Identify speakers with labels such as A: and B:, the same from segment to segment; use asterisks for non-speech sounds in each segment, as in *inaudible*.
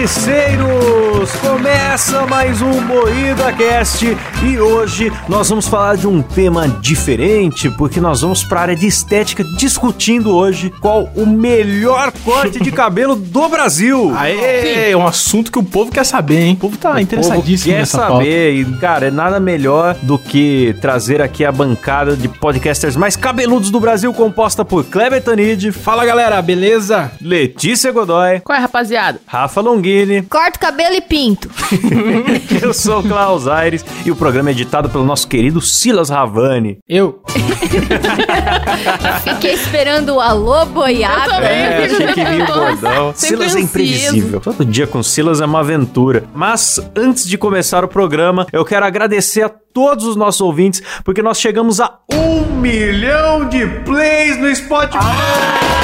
A: Morniceiros! Começa mais um Moída Cast e hoje nós vamos falar de um tema diferente, porque nós vamos para a área de estética discutindo hoje qual o melhor corte de cabelo do Brasil.
B: *laughs* Aê, é um assunto que o povo quer saber, hein? O povo tá interessadíssimo
A: Quer
B: nessa pauta.
A: saber, e, cara, é nada melhor do que trazer aqui a bancada de podcasters mais cabeludos do Brasil, composta por Kleber Tanid,
B: Fala, galera, beleza?
A: Letícia Godoy,
C: Qual é, rapaziada?
A: Rafa Longini,
D: Corto cabelo e pinto.
A: *laughs* Eu sou o Klaus Aires e o programa é editado pelo nosso querido Silas Ravani.
B: Eu.
D: Fiquei esperando o alô
C: Eu
D: boiado.
C: também. É, achei *laughs* que vinha o
A: bordão.
C: Sempre
A: Silas é imprevisível. Todo dia com Silas é uma aventura. Mas antes de começar o programa, eu quero agradecer a todos os nossos ouvintes, porque nós chegamos a um milhão de plays no Spotify.
C: Ah!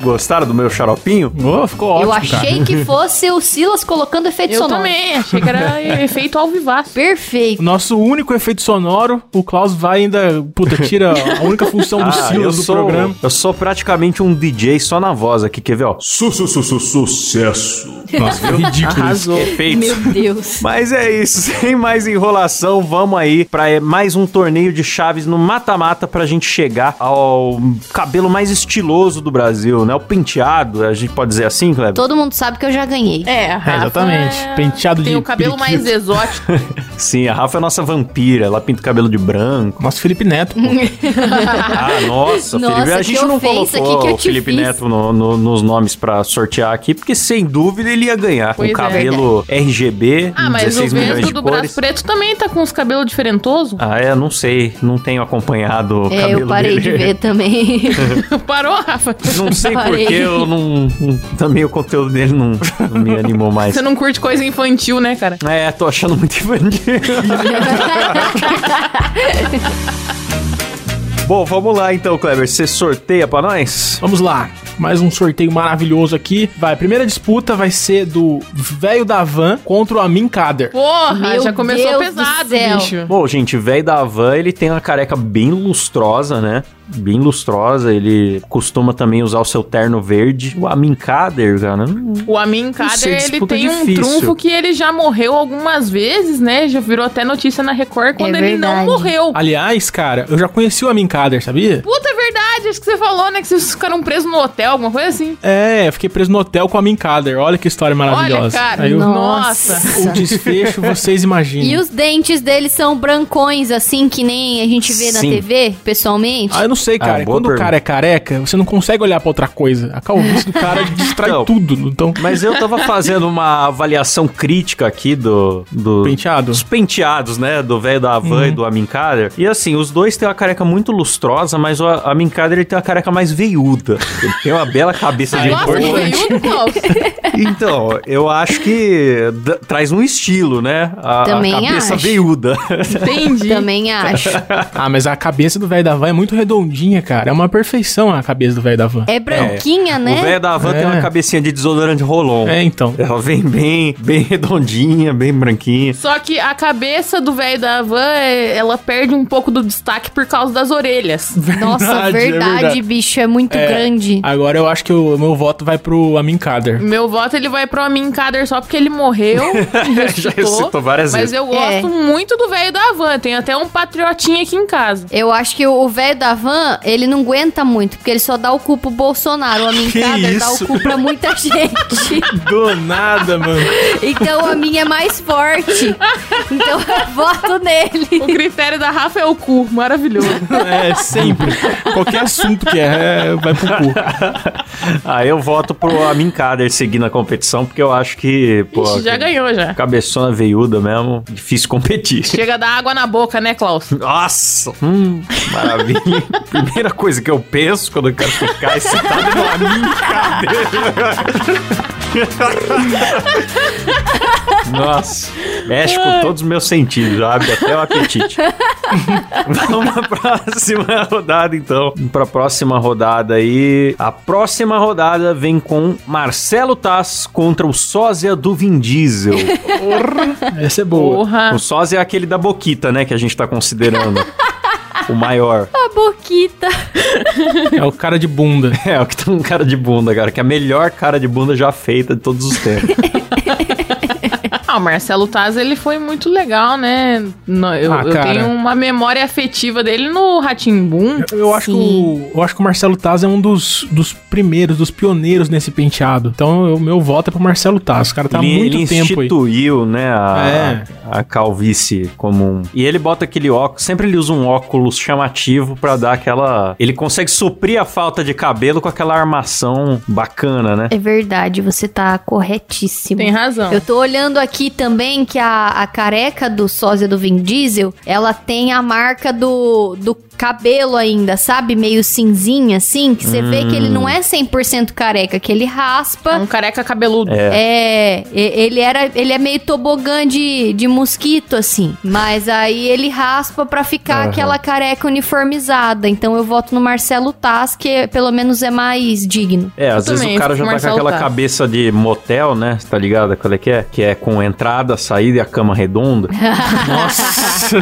A: Gostaram do meu xaropinho?
B: Ô, ficou ótimo,
D: Eu achei
B: cara.
D: que fosse o Silas colocando efeito
C: Eu
D: sonoro.
C: também, achei que era
D: *laughs*
C: efeito ao vivaço.
B: O
D: Perfeito.
B: nosso único efeito sonoro, o Klaus vai ainda, puta, tira a única função *laughs* do
A: Ah, eu
B: Silas do
A: sou,
B: programa.
A: eu sou praticamente um DJ só na voz aqui, quer ver, ó?
E: Su, su, su, su, sucesso.
B: Nossa, *laughs* é ridículo isso.
A: Efeitos.
D: Meu Deus.
A: Mas é isso, *laughs* sem mais enrolação, vamos aí pra mais um torneio de chaves no mata-mata pra gente chegar ao cabelo mais estiloso do Brasil, né? O penteado, a gente pode dizer assim, Kleber?
D: Todo mundo sabe que eu já ganhei.
C: É,
B: É, exatamente. Penteado
C: Tem
B: de
C: o cabelo
B: periquito.
C: mais exótico.
A: Sim, a Rafa é nossa vampira, ela pinta o cabelo de branco.
B: Nosso Felipe Neto, *laughs* pô.
A: Ah, nossa,
D: Nossa,
A: Felipe, a
D: que
A: gente não
D: ofensa,
A: colocou
D: que que eu
A: o
D: te
A: Felipe
D: fiz?
A: Neto no- no- nos nomes pra sortear aqui, porque sem dúvida ele ia ganhar.
C: Pois
A: um
C: é.
A: cabelo RGB,
C: Ah, mas o
A: 16 milhões
C: vento
A: de
C: do
A: cores.
C: braço preto também tá com os cabelos diferentosos.
A: Ah, é, não sei, não tenho acompanhado o
D: É,
A: cabelo
D: eu parei
A: dele.
D: de ver também.
C: *laughs* Parou, Rafa?
A: *laughs* Não sei
D: Parei.
A: porque eu não. Também o conteúdo dele não, não me animou mais.
C: Você não curte coisa infantil, né, cara?
A: É, tô achando muito
D: *laughs*
A: infantil. Bom, vamos lá então, Kleber. Você sorteia pra nós?
B: Vamos lá, mais um sorteio maravilhoso aqui. Vai, a primeira disputa vai ser do velho da van contra o Amin Kader.
C: Porra,
D: Meu
C: já começou
D: Deus
C: pesado,
D: do céu.
C: bicho.
A: Bom, gente, o velho da van, ele tem uma careca bem lustrosa, né? Bem lustrosa. Ele costuma também usar o seu terno verde. O Amin Kader, cara. não-
C: O
A: sei,
C: Amin Kader, ele
A: disputa
C: tem um
A: difícil.
C: trunfo que ele já morreu algumas vezes, né? Já virou até notícia na Record quando ele não
D: É verdade.
C: morreu.
B: Aliás, cara, eu já conheci o Amin Kader, sabia?
C: Puta, é verdade, acho que você falou, né? Que vocês ficaram presos no hotel, alguma coisa assim.
B: É, eu fiquei preso no hotel com a Amin Kader. Olha que história maravilhosa.
C: Olha, cara,
B: Aí eu-
C: nossa.
B: O desfecho vocês
D: E
B: imaginam.
D: os dentes dele são brancões, assim, que nem a gente vê na
A: Sim.
D: TV, pessoalmente.
B: Ah, eu não sei, cara.
A: Ah, boa
B: Quando o
A: pergunta.
B: cara é careca, você não consegue olhar pra outra coisa. A calvície do
A: *laughs*
B: cara distrai
A: Então,
B: tudo.
A: *laughs*
B: Então,
A: Mas eu tava fazendo uma avaliação crítica aqui do. do
B: penteado.
A: Os penteados, né? Do velho da Havan e do Amin Kader. E assim, os dois têm uma careca muito lustrosa, mas o Amin Kader ele tem uma careca mais veiuda. Ele tem uma bela
D: Ah,
A: cabeça de
C: Nossa,
A: porco.
C: foi um Klaus.
A: Então, eu acho que d- traz um estilo, né? A, a
D: Também
A: cabeça
D: acho.
A: veiuda.
C: *laughs* Entendi.
D: Também acho.
B: Ah, mas a cabeça do velho da van é muito redondinha, cara. É uma perfeição a cabeça do velho da van.
D: É branquinha,
A: O
D: né?
A: velho da Havan tem uma
B: É.
A: cabecinha de desodorante rolon.
B: É, então.
A: Ela vem bem, bem redondinha, bem branquinha.
C: Só que a cabeça do velho da van, é- ela perde um pouco do destaque por causa das orelhas.
D: Nossa,
B: Verdade, é
D: verdade,
B: verdade.
D: bicho, é muito grande.
B: Agora eu acho que o meu voto vai pro Amin
C: *laughs*
B: Kader.
C: Meu voto ele vai pro Amin Kader só porque ele morreu e
A: Já
C: ressuscitou.
A: citou várias
C: Mas
A: vezes.
C: eu gosto
D: É.
C: muito do velho da van. Tem até um patriotinho aqui em casa.
D: Eu acho que o velho da van, ele não aguenta muito, porque ele só dá o cu pro Bolsonaro. O Amin
B: Que
D: Kader dá
B: isso?
D: o cu pra muita *laughs* gente.
B: Do nada, mano.
D: Então a minha é mais forte. Então eu voto nele.
C: O critério da Rafa é o cu. Maravilhoso.
A: *laughs*
B: É, sempre. Qualquer assunto que é, é, vai pro cu.
A: Ah, eu voto pro Amin Kader seguir na competição, porque eu acho que. Pô,
C: Ixi, já ganhou já.
A: Cabeçona veiuda mesmo, difícil competir.
C: Chega da água na boca, né, Klaus?
A: Nossa! Hum, maravilha. Primeira coisa que eu penso quando eu quero ficar excitado é uma brincadeira. Nossa, mexe com todos os meus sentidos, abre até o apetite. Vamos pra próxima rodada, então. Vamos Pra próxima rodada aí. A próxima rodada vem com Marcelo Taz contra o sósia do Vin Diesel.
B: Essa é boa.
C: Porra. Ah.
A: O sósia é aquele da boquita, né, que a gente tá considerando. o maior.
D: A boquita.
B: É o cara de bunda.
A: É, o que tem um cara de bunda, cara, que é a melhor cara de bunda já feita de todos os tempos.
C: Ah, o Marcelo Taz, ele foi muito legal, né? No- eu,
B: Ah,
C: eu
B: cara.
C: tenho uma memória afetiva dele no Ratimbum.
B: Eu acho, que o, eu acho que o Marcelo Taz é um dos, dos primeiros, dos pioneiros nesse penteado. Então, o meu voto é pro Marcelo Taz. O cara *laughs* tá há muito tempo
A: *laughs*
B: aí.
A: instituiu, né, a,
B: É.
A: a calvície comum. E ele bota aquele óculos, sempre ele usa um óculos chamativo pra dar aquela... Ele consegue suprir a falta de cabelo com aquela armação bacana, né?
D: É verdade, você tá corretíssimo.
C: Tem razão.
D: Eu tô olhando aqui também que a, a careca do sósia do Vin Diesel, ela tem a marca do, do cabelo ainda, sabe? Meio cinzinha, assim, que você vê que ele
B: Hum.
D: não é 100% careca, que ele
C: É
D: raspa.
C: Um careca cabeludo.
D: É, e- ele era, ele é meio tobogã de, de mosquito, assim. Mas aí ele raspa pra ficar
A: Aham.
D: aquela careca uniformizada. Então eu voto no Marcelo Taz, que pelo menos é mais digno.
A: É, às vezes
C: também,
A: o cara já
C: fico
A: tá
C: com
A: com
C: Marcelo
A: aquela
C: Taz.
A: cabeça de motel, né? Tá ligado? Qual é que é? Que é com entrada, saída e a cama redonda.
B: Nossa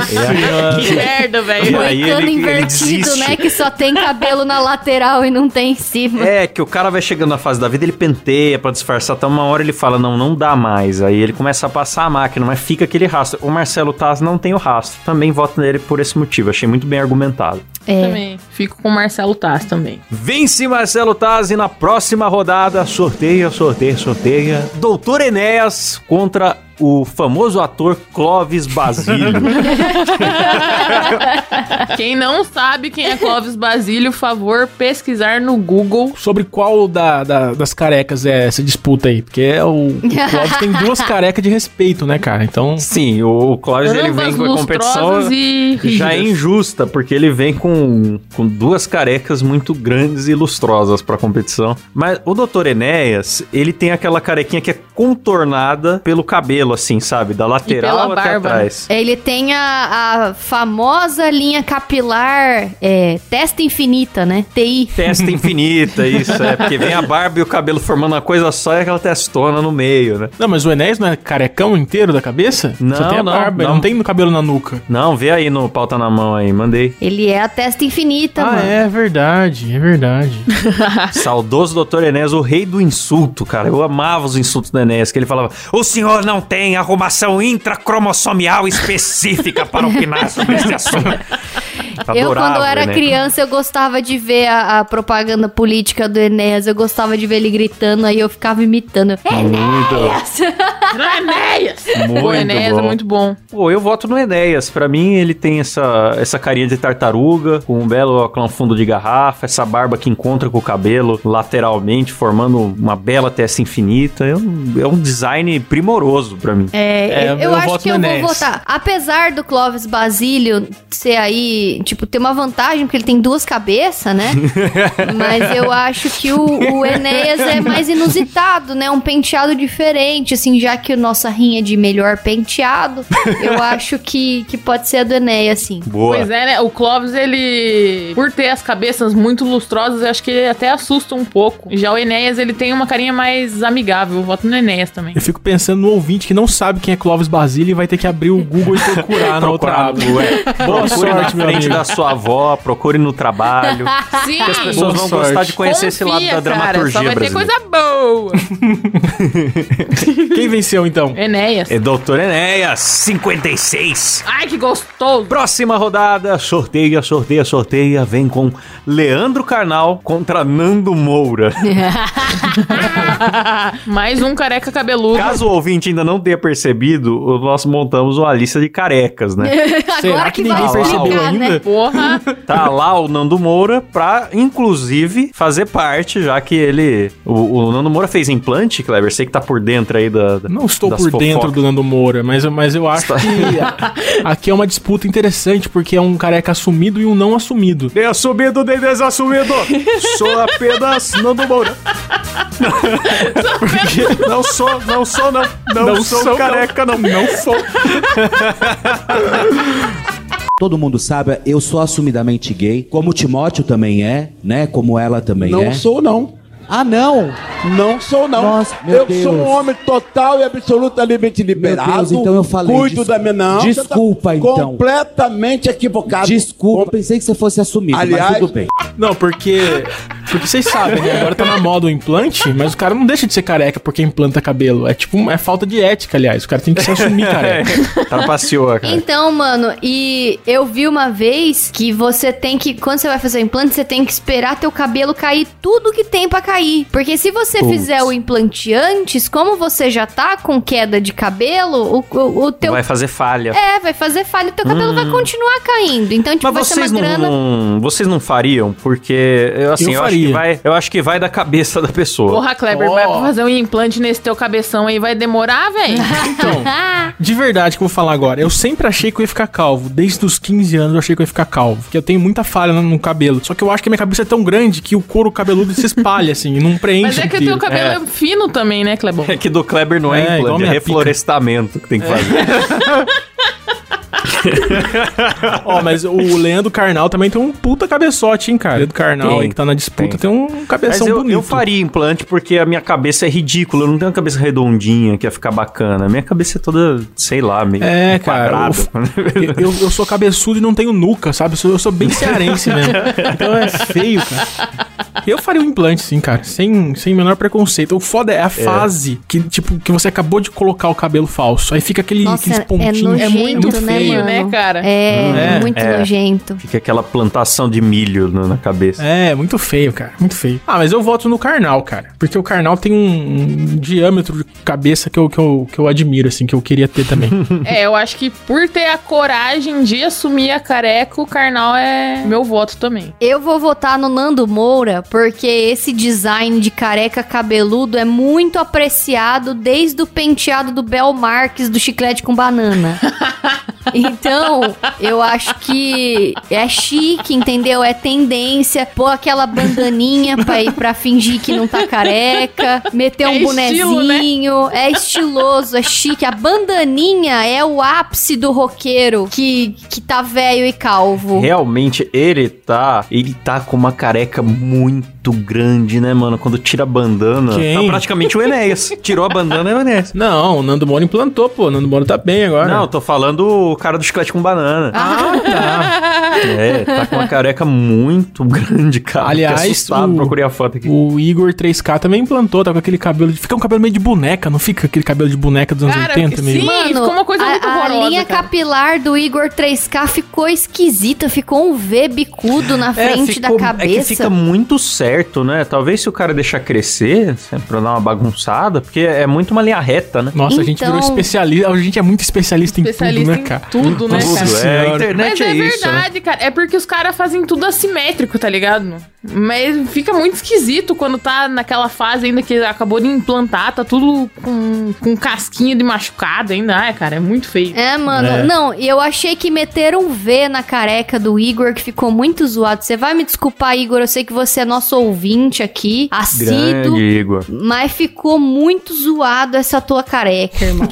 A: senhora.
C: Que *laughs* merda,
A: E
C: velho.
A: aí ele-
D: Moicano
A: ele
D: invertido,
A: desiste.
D: né? Que só tem cabelo na lateral e não tem em cima.
A: É, que o cara vai chegando na fase da vida, ele penteia pra disfarçar, até uma hora ele fala, não, não dá mais. Aí ele começa a passar a máquina, mas fica aquele rastro. O Marcelo Taz não tem o rastro, também voto nele por esse motivo, achei muito bem argumentado.
D: É.
C: Também. Fico com o Marcelo Taz também.
A: Vence Marcelo Taz e na próxima rodada, sorteia, sorteia, sorteia. Doutor Enéas contra o famoso ator Clóvis Basílio.
C: Quem não sabe quem é Clóvis Basílio, favor pesquisar no Google.
B: *laughs* Sobre qual da- da- das carecas é essa disputa aí? Porque é o, o Clóvis tem duas carecas de respeito, né, cara? Então.
A: Sim, o, o Clóvis ele
C: Ambas
A: vem com a competição.
C: lustrosas e
A: Já é
C: rígidas.
A: injusta, porque ele vem com, com duas carecas muito grandes e lustrosas pra competição. Mas o Dr. Enéas, ele tem aquela carequinha que é contornada pelo cabelo, assim, sabe? Da lateral
C: pela
A: até
C: barba, né?
A: atrás.
D: Ele tem a, a famosa linha capilar é, testa infinita, né? TI.
A: Testa
C: *laughs*
A: infinita, isso, é. Porque vem a barba e o cabelo formando uma coisa só e aquela testona no meio, né?
B: Não, mas o Enéas não é carecão inteiro da cabeça? Só
A: Não,
B: tem a
A: não,
B: barba, ele
A: não.
B: não tem no cabelo na nuca.
A: Não, vê aí no pauta na mão aí, mandei.
D: Ele é a testa infinita,
B: ah,
D: mano.
B: é verdade,
A: *laughs*
B: é verdade.
A: Saudoso Dr. Enéas, o rei do insulto, cara. Eu amava os insultos do Enéas, que ele falava: O senhor não tem arrumação intracromossomial específica para opinar sobre esse assunto.
B: Tá
D: Eu, quando eu era
A: né?
D: criança, eu gostava de ver a, a propaganda política do Enéas. Eu gostava de ver ele gritando, aí eu ficava imitando. É, né?
A: Muito.
C: Não, Enéas!
A: Muito
C: Pô, Enéas
A: bom.
C: é muito bom.
A: Pô, eu voto no Enéas. Pra mim, ele tem essa, essa carinha de tartaruga, com um belo óculos fundo de garrafa, essa barba que encontra com o cabelo lateralmente, formando uma bela testa infinita. É um, é um design primoroso pra mim.
D: É,
B: É,
D: eu,
B: eu
D: acho
B: voto
D: que
B: no
D: eu vou
B: Enéas.
D: votar. Apesar do Clóvis Basílio ser aí, tipo, ter uma vantagem, porque ele tem duas cabeças,
B: *laughs*
D: né? Mas eu acho que o, o Enéas é mais inusitado, né? Um penteado diferente, assim, já que o nossa rinha é de melhor penteado, eu acho que, que pode ser a do Enéas, assim.
A: Boa.
C: Pois é, né? O Clóvis, ele, por ter as cabeças muito lustrosas, eu acho que ele até assusta um pouco. Já o Enéas, ele tem uma carinha mais amigável. Eu voto no Enéas também.
A: *laughs*
B: Eu fico pensando no ouvinte que não sabe quem é Clóvis Basílio e vai ter que abrir o Google e
A: *laughs*
B: procurar na outra
A: Procurar
B: aba.
A: no- é.
B: Boa
A: procure na
B: sorte, meu
A: frente
B: amigo.
A: da sua avó, procure no trabalho.
C: Sim,
A: As pessoas
B: Boa
A: vão
B: sorte.
A: gostar de conhecer esse lado da
C: Confia, cara,
A: dramaturgia
C: Só vai ter
A: brasileira.
C: coisa boa.
B: Quem venceu, então?
C: *laughs* Enéas.
A: É Doutor Enéas, 56.
C: Ai, que *laughs* gostoso.
A: Próxima rodada, sorteia, sorteia, sorteia. Vem com Leandro Carnal contra Nando Moura.
C: Mais um careca cabeludo.
A: Caso o ouvinte ainda não tenha percebido, nós montamos uma lista de carecas, né?
B: Será que ninguém
A: vai
B: percebeu
D: né?
A: explicar,
B: ainda?
C: Porra.
A: Tá lá o Nando Moura pra, inclusive, fazer parte, já que ele. O, o Nando Moura fez implante, Kleber. Sei que tá por dentro aí da. da-
B: Não estou
A: das
B: por dentro
A: fofocas.
B: do Nando Moura, mas, mas eu acho que a- *laughs* aqui é uma disputa interessante, porque é um careca assumido e um não assumido.
A: Nem assumido, nem desassumido. Sou apenas Nando Moura. Porque né? não sou, não sou, não. Não, sou, careca, não. Não, sou.
F: Todo mundo sabe, eu sou assumidamente gay, como o Timóteo também é, né? Como ela também
G: Não
F: é.
G: sou, não.
F: Ah, não!
G: Não sou, não.
F: Nossa, meu
G: eu
F: Deus.
G: sou um homem total e absolutamente liberado.
F: Deus, então eu falei,
G: Cuido
F: des-
G: da minha. Não, você
F: desculpa,
G: tá
F: então.
G: Completamente equivocado.
F: Desculpa, pensei que você fosse assumido,
G: Aliás-
F: mas tudo bem.
B: Não, porque. Porque vocês sabem, né? Agora tá na moda o implante, mas o cara não deixa de ser careca porque implanta cabelo. É tipo, é falta de ética, aliás. O cara tem que se *laughs* assumir
A: É.
B: careca.
A: Trapaceou, cara.
D: Então, mano, e eu vi uma vez que você tem que, quando você vai fazer o implante, você tem que esperar teu cabelo cair tudo que tem pra cair. Porque se você fizer o implante antes, como você já tá com queda de cabelo, o, o, o teu.
A: Vai fazer falha.
D: É, vai fazer falha, teu cabelo vai continuar caindo. Então, tipo, vai
A: Mas
D: ser uma
A: vocês não,
D: grana.
A: vocês não fariam, porque eu, assim, eu,
B: Eu
A: acho que
B: faria.
A: vai, eu acho que vai da cabeça da pessoa.
C: Porra, Kleber,
B: Ó.
C: vai fazer um implante nesse teu cabeção aí, vai
A: *laughs*
C: demorar, velho?
B: Então, de verdade que eu vou falar agora. Eu sempre achei que eu ia ficar calvo. Desde os 15 anos eu achei que eu ia ficar calvo. Porque eu tenho muita falha no, no cabelo. Só que eu acho que a minha cabeça é tão grande que o couro cabeludo se espalha, assim, e não preenche.
C: Mas é que
B: inteiro.
C: teu cabelo é fino também,
A: *laughs*
C: né, Clebão?
A: É que do Kleber não é,
B: É, igual
A: implante, é
B: minha pica.
A: reflorestamento que tem
D: É.
A: que fazer.
B: Ó, mas o Leandro Carnal também tem um puta cabeçote, hein, cara. Leandro Carnal
A: Tem,
B: aí que tá na disputa tem, um
A: Mas
B: cabeção
A: eu,
B: bonito.
A: eu faria implante porque a minha cabeça é ridícula. Eu não tenho uma cabeça redondinha que ia ficar bacana. A minha cabeça é toda, sei lá, meio
B: É, cara.
A: quadrada.
B: Eu, eu, eu sou cabeçudo e não tenho nuca, sabe? Eu sou, eu sou bem cearense mesmo. Então é feio, cara. Eu faria um implante, sim, cara. Sem, sem menor preconceito. O foda é a fase que, tipo, que você acabou de colocar o cabelo falso. Aí fica aquele,
D: Nossa,
B: aqueles
D: é
B: pontinhos.
D: nojento, né,
C: feio,
D: mano?
C: né, cara?
D: É,
A: É,
D: muito
A: é.
D: nojento.
A: *laughs* Fica aquela plantação de milho no- na cabeça.
B: É, muito feio, cara. Muito feio. Ah, mas eu voto no Karnal, cara. Porque o Karnal tem um, um diâmetro de cabeça que eu, que, eu, que eu admiro, assim, que eu queria ter *laughs* também.
C: É, eu acho que por ter a coragem de assumir a careca, o Karnal é meu voto também.
D: Eu vou votar no Nando Moura porque esse design de careca cabeludo é muito apreciado desde o penteado do Bel Marques do chiclete
C: *laughs*
D: com banana. Então, eu acho que é chique, entendeu? É tendência. Pôr aquela bandaninha pra, ir, pra fingir que não tá careca. Meter
C: É
D: um
C: estilo, né?
D: bonezinho. É estiloso, é chique. A bandaninha é o ápice do roqueiro que, que tá velho e
B: É.
D: calvo.
A: Realmente, ele tá. Ele tá com uma careca muito grande, né, mano? Quando tira a bandana,
B: Quem?
A: tá praticamente o
B: *laughs*
A: Enéas. Tirou a bandana, é o Enéas.
B: Não, o Nando Moura implantou, pô. O Nando Moura tá bem agora.
A: Não, eu tô falando o cara do chiclete com banana.
B: Ah, tá.
A: É, tá com uma careca muito grande, cara. Fiquei
B: Aliás,
A: assustado,
B: o-
A: procurei a foto aqui.
B: O Igor 3K também implantou, tá com aquele cabelo. de- Fica um cabelo meio de boneca, não fica aquele cabelo de boneca dos anos
C: Cara,
B: 80 meio?
C: sim. ficou uma coisa
D: a,
C: muito
D: a
C: horrorosa,
D: linha
C: cara.
D: capilar do Igor 3K ficou esquisita, ficou um V bicudo na frente
A: ficou-
D: da
A: é
D: cabeça.
A: que fica muito certo, né? Talvez se o cara deixar crescer, né, pra dar uma bagunçada, porque é muito uma linha reta, né?
B: Nossa, a gente
D: Então-
B: virou especialista. A gente é muito especialista,
C: Especialista
B: em tudo, né, cara?
C: em tudo, né,
B: Nossa
C: cara?
A: Tudo, é, a
B: senhora.
A: internet
C: Mas
A: é,
C: é,
A: isso, né?
C: verdade, cara. É porque os caras fazem tudo assimétrico, tá ligado? Mas fica muito esquisito quando tá naquela fase ainda que acabou de implantar, tá tudo com, com casquinha de machucado ainda. Ai, cara, é muito feio.
D: É, mano.
B: É.
D: Não, e eu achei que meteram um V na careca do Igor, que ficou muito zoado. Você vai me desculpar, Igor, eu sei que você é nosso ouvinte aqui, assíduo,
A: Grande, Igor.
D: mas ficou muito zoado essa tua careca, irmão.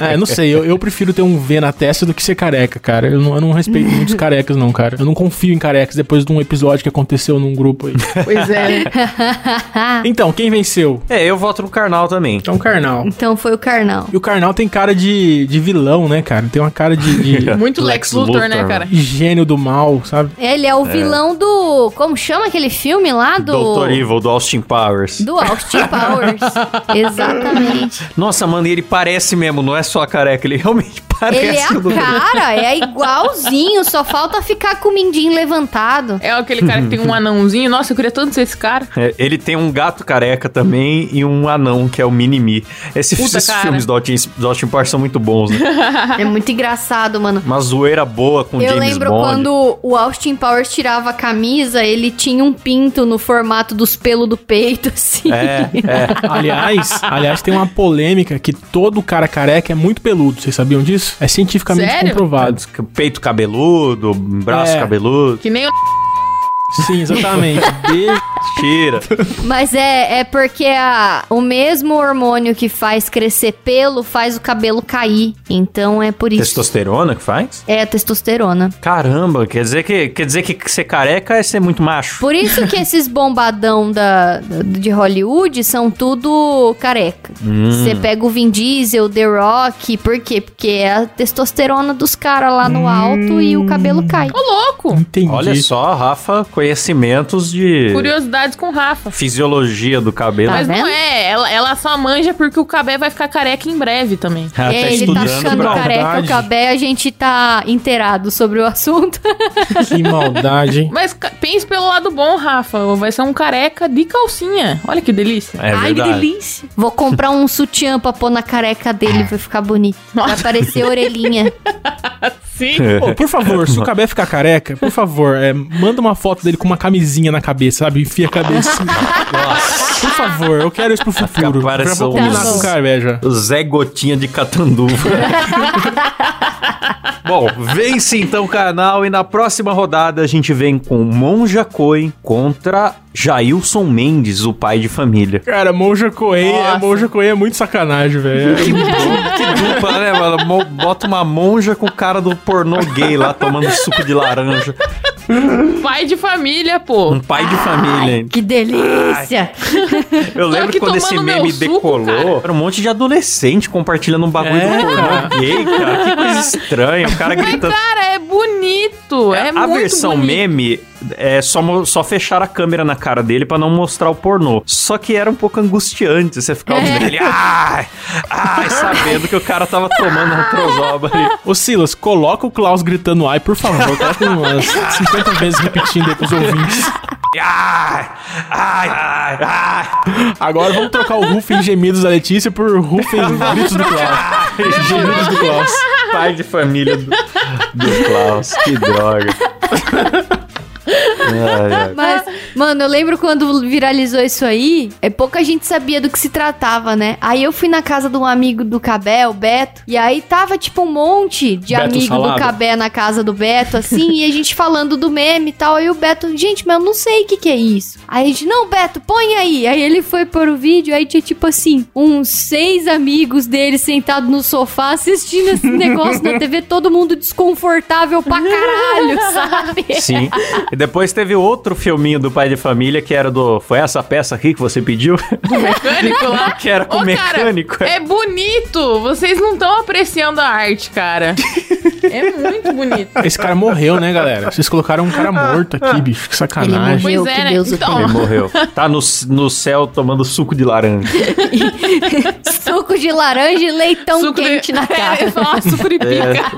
B: É, não sei, eu, eu prefiro ter um V na testa do que ser careca, cara. Eu não, eu não respeito muito os carecas, não, cara. Eu não confio em carecas depois de um episódio que aconteceu num grupo aí.
C: Pois é.
B: Então, quem venceu?
A: É, eu voto no Karnal também.
B: Então, o Karnal.
D: então foi o Carnal.
B: E o Karnal tem cara de, de vilão, né, cara? Tem uma cara
A: *laughs*
B: de, de
C: É Muito
A: Lex
C: Lex, Luthor,
A: Luthor,
C: né, cara?
B: gênio do mal, sabe?
D: Ele é o vilão do. Como chama aquele filme lá? Do.
A: Doutor Evil, do Austin Powers.
D: Do
A: *laughs*
D: Austin Powers. Exatamente.
A: Nossa, mano, e ele parece mesmo, não é só a careca, ele *laughs* realmente parece
D: Ele é
A: o Doutor
D: a cara, é igualzinho, só falta ficar com o mindinho levantado.
C: É aquele cara que tem um anãozinho. Nossa, eu queria tanto ser esse cara.
A: É, ele tem um gato careca também e um anão, que é o Minimi. Esse,
C: Puta,
A: esses
C: cara.
A: filmes do Austin, do Austin Powers são muito bons, né?
D: É muito engraçado, mano.
A: Uma zoeira boa com
D: eu
A: James
D: lembro
A: Bond.
D: quando o Austin Powers tirava a camisa, ele tinha um pinto no formato dos pelos do peito, *laughs* assim.
A: É, é.
B: Aliás, aliás, tem uma polêmica que todo cara careca é muito peludo. Vocês sabiam disso? É cientificamente
C: Sério?
B: comprovado.
A: Peito cabeludo, braço
B: É.
C: *laughs*
A: cabeludo.
C: Que nem o
B: Sim, exatamente. Beijo,
A: Tira.
D: Mas é, é porque a, o mesmo hormônio que faz crescer pelo faz o cabelo cair. Então é por isso.
A: Testosterona que faz?
D: É a testosterona.
A: Caramba, quer dizer que quer dizer que ser careca é ser muito macho.
D: Por isso que esses bombadão da, da- de Hollywood são tudo careca.
A: Hum.
D: Você pega o Vin Diesel, o The Rock, por quê? Porque é a testosterona dos caras lá no alto e o cabelo cai.
A: Hum.
C: Ô, louco!
B: Entendi.
A: Olha só, Rafa, conhecimentos de
C: Curiosidades com o Rafa.
A: fisiologia do cabelo.
D: Tá
A: *laughs*
C: Mas não
D: vendo?
C: é, ela, ela só manja porque o Cabé vai ficar careca em breve também.
A: Ela
D: É, ele tá
A: Ah, estudando
D: ficando
A: pra-
D: careca, o
B: maldade.
D: cabelo, a gente tá inteirado sobre o assunto.
A: É
B: Que maldade, hein?
C: Mas ca- pense pelo lado bom, Rafa. Vai ser um careca de calcinha. Olha que delícia.
A: É
C: Ai, que
A: verdade.
C: delícia.
D: Vou comprar um sutiã pra pôr na careca dele, vai ficar bonito. Vai
C: Nossa.
D: aparecer
C: *laughs*
D: a orelhinha.
A: É.
C: Sim.
B: Pô, por favor, se o Cabé ficar careca, por favor, é, manda uma foto dele com uma camisinha na cabeça, sabe? Enfia a cabeça. Por favor, eu quero isso pro futuro.
A: Parece
B: Já vou
A: um-
B: combinar com o Cabé já.
A: Zé Gotinha de Catanduva. Bom, vence então o canal e na próxima rodada a gente vem com Monja Coen contra Jailson Mendes, o pai de família.
B: Cara, Monja Coen,
C: Nossa.
B: é, Monja Coen é muito sacanagem, velho.
A: Que dupla, né, mano? Mo- Bota uma monja com o cara do pornô gay lá tomando suco de laranja.
C: Pai de família, pô.
A: Um pai de família, hein?
D: Que delícia!
A: Eu
C: Tô
A: lembro
C: aqui
A: que quando esse
C: tomando meu
A: meme
C: suco,
A: decolou,
C: cara.
A: era um monte de adolescente compartilhando um bagulho
B: É.
A: do pornô gay, cara. Que coisa estranha. O cara
C: Mas,
A: gritando.
C: cara, é bonito. É,
A: a
C: muito
A: versão
C: bonito.
A: meme é só, mo- só fechar a câmera na cara dele pra não mostrar o pornô. Só que era um pouco angustiante você ficar ouvindo
C: É.
A: ele. Ai, ai, sabendo que o cara tava tomando um trozoba ali.
B: *laughs* Ô Silas, coloca o Klaus gritando ai, por favor. *laughs* Coloca umas 50 vezes repetindo aí pros ouvintes.
A: Ai, ai, ai, ai.
B: Agora vamos trocar o Rufem gemidos da Letícia por Rufem gritos *laughs* do Klaus. gemidos do Klaus.
A: Pai de família do, do Klaus, que droga. Ai, ai.
D: Mas, mano, eu lembro quando viralizou isso aí, é pouca gente sabia do que se tratava, né? Aí eu fui na casa de um amigo do Cabé, o Beto, e aí tava tipo um monte de
B: Beto
D: amigo do
B: Salada.
D: Cabé na casa do Beto, assim, e a gente falando do meme e tal. Aí o Beto, gente, mas eu não sei o que que é isso. Aí a gente, não, Beto, põe aí. Aí ele foi pôr o vídeo, aí tinha tipo assim, uns seis amigos dele sentados no sofá
B: *laughs*
D: assistindo esse negócio na TV, todo mundo desconfortável
B: *laughs*
D: pra caralho, sabe?
A: Sim. E depois teve outro filminho do pai de família que era do. Foi essa peça aqui que você pediu?
C: Mecânico lá.
A: *laughs* que era com
C: Ah, *laughs* Ô,
A: o mecânico.
C: Cara, é bonito. Vocês não estão apreciando a arte, cara. é muito bonito.
B: Esse cara morreu, né, galera? Vocês colocaram um cara morto aqui, bicho. Que
D: Ele
B: sacanagem.
D: morreu.
C: Pois
D: que
C: é, né?
D: Deus o
A: Ele
C: Então,
A: morreu. Tá no, no céu tomando suco de laranja.
D: *laughs* Suco de laranja e leitão
C: suco de-
D: quente
C: *laughs*
D: na
C: É,
D: cara.
C: só suco de
A: É.
C: pica.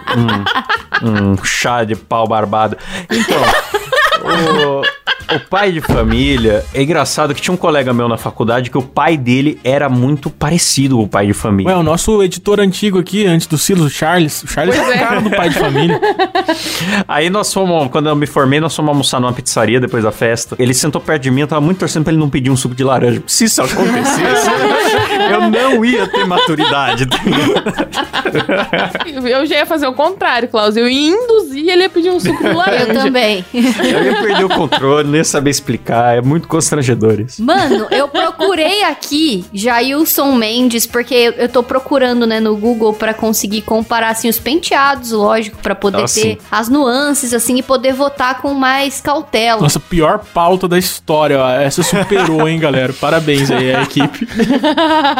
A: Um chá de pau barbado. Então, o, o pai de família. É engraçado que tinha um colega meu na faculdade que o pai dele era muito parecido com o pai de família.
B: Ué, o nosso editor antigo aqui, antes do Silas, o Charles. O Charles
C: Pois
B: é o
C: é.
B: cara do pai de família.
A: Aí nós fomos, quando eu me formei, nós fomos almoçar numa pizzaria depois da festa. Ele sentou perto de mim, eu tava muito torcendo pra ele não pedir um suco de laranja. Se isso acontecesse, eu não ia ter maturidade. tá
C: Eu já ia fazer o contrário, Klaus. Eu ia induzir ele a pedir um suco de laranja.
D: Eu também.
A: Eu ia perder o controle, não ia saber explicar. É muito constrangedor isso.
D: Mano, eu procurei aqui Jailson Mendes, porque eu, eu tô procurando, né, no Google pra conseguir comparar, assim, os penteados, lógico, pra poder
A: Ah,
D: ter
A: sim.
D: as nuances, assim, e poder votar com mais cautela.
B: Nossa, pior pauta da história. ó. Essa superou, hein, galera? Parabéns aí à equipe.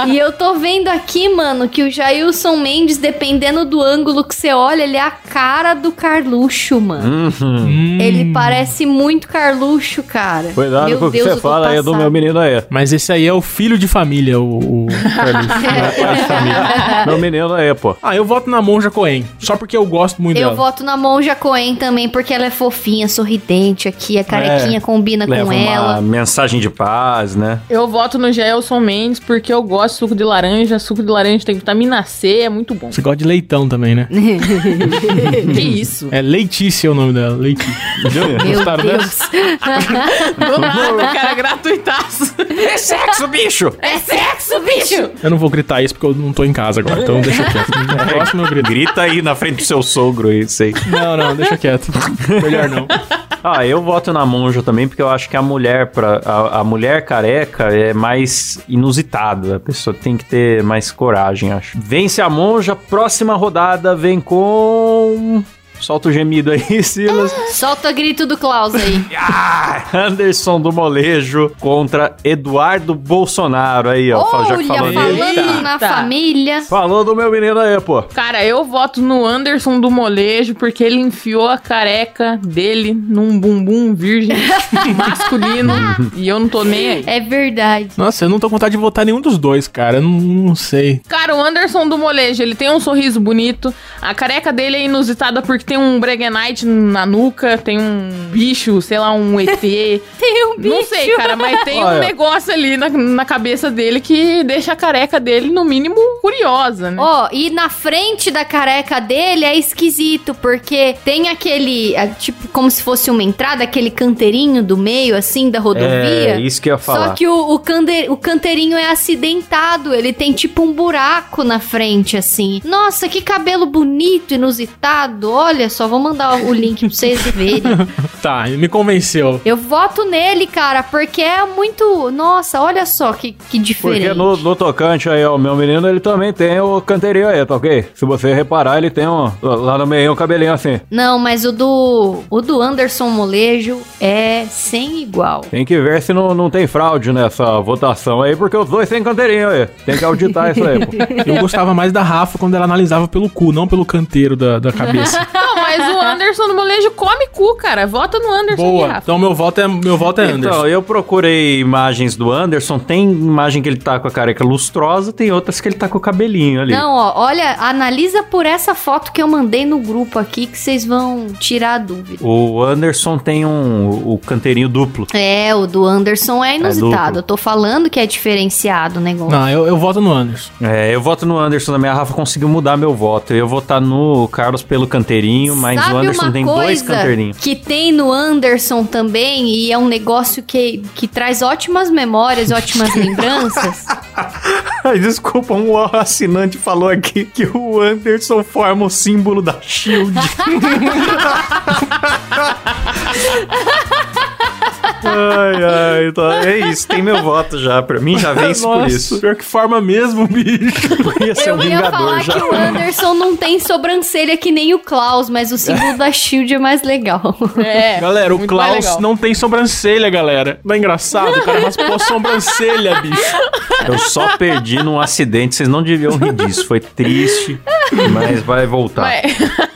D: E eu tô vendo aqui, mano, que o Jailson Mendes, dependendo do ângulo que você olha, ele é a cara do Carluxo, mano.
C: Uhum.
D: Ele parece muito Carluxo, cara. é.
A: é,
D: Meu Deus, eu tô passada. *laughs*
A: menino aí.
B: Mas esse aí é o filho de família, *laughs* o, o Carlos.
A: Meu menino aí, pô.
B: ah, eu voto na Monja Coen. Só porque eu gosto muito
D: Eu
B: dela.
D: voto na Monja Coen também, porque ela é fofinha, sorridente aqui, a carequinha combina
A: É, Leva um
D: com
A: uma
D: ela.
A: mensagem de paz, né?
C: Eu voto no Gelson Mendes porque eu gosto de suco de laranja. Suco de laranja tem vitamina C, é muito bom.
B: Você gosta de leitão também, né?
C: *laughs* que isso?
B: É Leitícia é o nome dela, Leitícia.
D: Meu
B: Gostaram
D: Deus.
C: Do nada, cara, é gratuitaço.
A: Esse sexo, bicho!
C: É sexo, bicho!
B: Eu não vou gritar isso porque eu não tô em casa agora, então deixa quieto. No próximo eu grito.
A: Grita aí na frente do seu sogro aí, sei.
B: Não, não, deixa quieto. Melhor não.
A: Ah, eu voto na Monja também, porque eu acho que a mulher pra, a, a mulher careca é mais inusitada. A pessoa tem que ter mais coragem, acho. Vence a Monja, próxima rodada vem com. Solta o gemido aí, *laughs* Silas.
D: Solta o grito do
A: *laughs*
D: Klaus aí.
A: Ah, Anderson do Molejo contra Eduardo Bolsonaro. Aí, ó, fa- já que
D: Olha,
A: falou
D: falando
A: dele.
D: na
C: Eita.
D: família.
A: Falou do meu menino aí, pô.
C: Cara, eu voto no Anderson do Molejo porque ele enfiou a careca dele num bumbum virgem *laughs* masculino e eu não tô nem aí.
D: É verdade.
B: Nossa, eu não tô com vontade de votar nenhum dos dois, cara. Eu não, não sei.
C: Cara, o Anderson do Molejo, ele tem um sorriso bonito. A careca dele é inusitada porque tem um Breguenite na nuca, tem um bicho, sei lá, um ET.
D: Tem um bicho.
C: Não sei, cara, mas tem um
A: Olha.
C: negócio ali na, na cabeça dele que deixa a careca dele, no mínimo, curiosa, né?
D: Ó, e na frente da careca dele é esquisito, porque tem aquele, ah, tipo, como se fosse uma entrada, aquele canteirinho do meio, assim, da rodovia.
A: É, isso que eu ia falar.
D: Só que o, o, cande- o canteirinho é acidentado, ele tem tipo um buraco na frente, assim. Nossa, que cabelo bonito, inusitado. Olha só, vou mandar o link pra vocês *laughs* verem.
B: Tá, me convenceu.
D: Eu voto nele, cara, porque é muito. Nossa, olha só que, que
A: Porque é
D: diferente.
A: no, no tocante aí, ó, meu menino, ele também tem o canteirinho aí, tá ok? Se você reparar, ele tem um, lá no meio um cabelinho assim.
D: Não, mas o do. O do Anderson Molejo é sem igual.
A: Tem que ver se não, não tem fraude nessa votação aí, porque os dois têm canteirinho aí. Tem que auditar isso
D: *laughs*
A: aí, pô.
B: Eu gostava mais da Rafa quando ela analisava pelo cu, não pelo canteiro da, da
D: *laughs*
B: cabeça.
C: *laughs* Não, mas o Anderson do Molejo come cu, cara. Vota no Anderson, hein,
B: Boa.
C: Rafa.
B: Então meu voto é, meu voto é Anderson.
A: Então, eu procurei imagens do Anderson. Tem imagem que ele tá com a careca lustrosa, tem outras que ele tá com o cabelinho ali.
D: Não, ó, olha, analisa por essa foto que eu mandei no grupo aqui que vocês vão tirar a dúvida.
A: O Anderson tem um, o canteirinho duplo.
D: É, o do Anderson
A: Tá
D: é inusitado.
A: duplo.
D: eu tô falando que é diferenciado o negócio.
B: Não, eu, eu voto no Anderson.
A: É, eu voto no Anderson também. A Rafa conseguiu mudar meu voto. Eu ia votar no Carlos pelo canteirinho, mas
D: Sabe
A: o Anderson
D: uma
A: tem
D: coisa
A: dois canteirinhos.
D: que tem no Anderson também e é um negócio que, que traz ótimas memórias,
A: *laughs*
D: ótimas lembranças?
A: Ai, desculpa, um assinante falou aqui que o Anderson forma o símbolo da
D: *laughs*
A: Shield. ai, ai, tá. é isso, tem meu voto já. Pra mim já vence por isso.
B: Pior que forma mesmo, bicho.
A: Ia ser um
D: Eu ia
A: vingador
D: falar
A: já.
D: que o Anderson não tem sobrancelha que nem o Klaus, mas o símbolo da Shield é mais legal.
A: *laughs*
C: É,
B: Galera, o
C: muito mais
B: Klaus
C: legal.
B: não tem sobrancelha, galera. Não é engraçado, cara, mas pô, sobrancelha, bicho.
A: Eu só perdi num acidente, vocês não deviam rir disso. Foi triste, mas vai voltar.
D: *laughs*
C: Mas-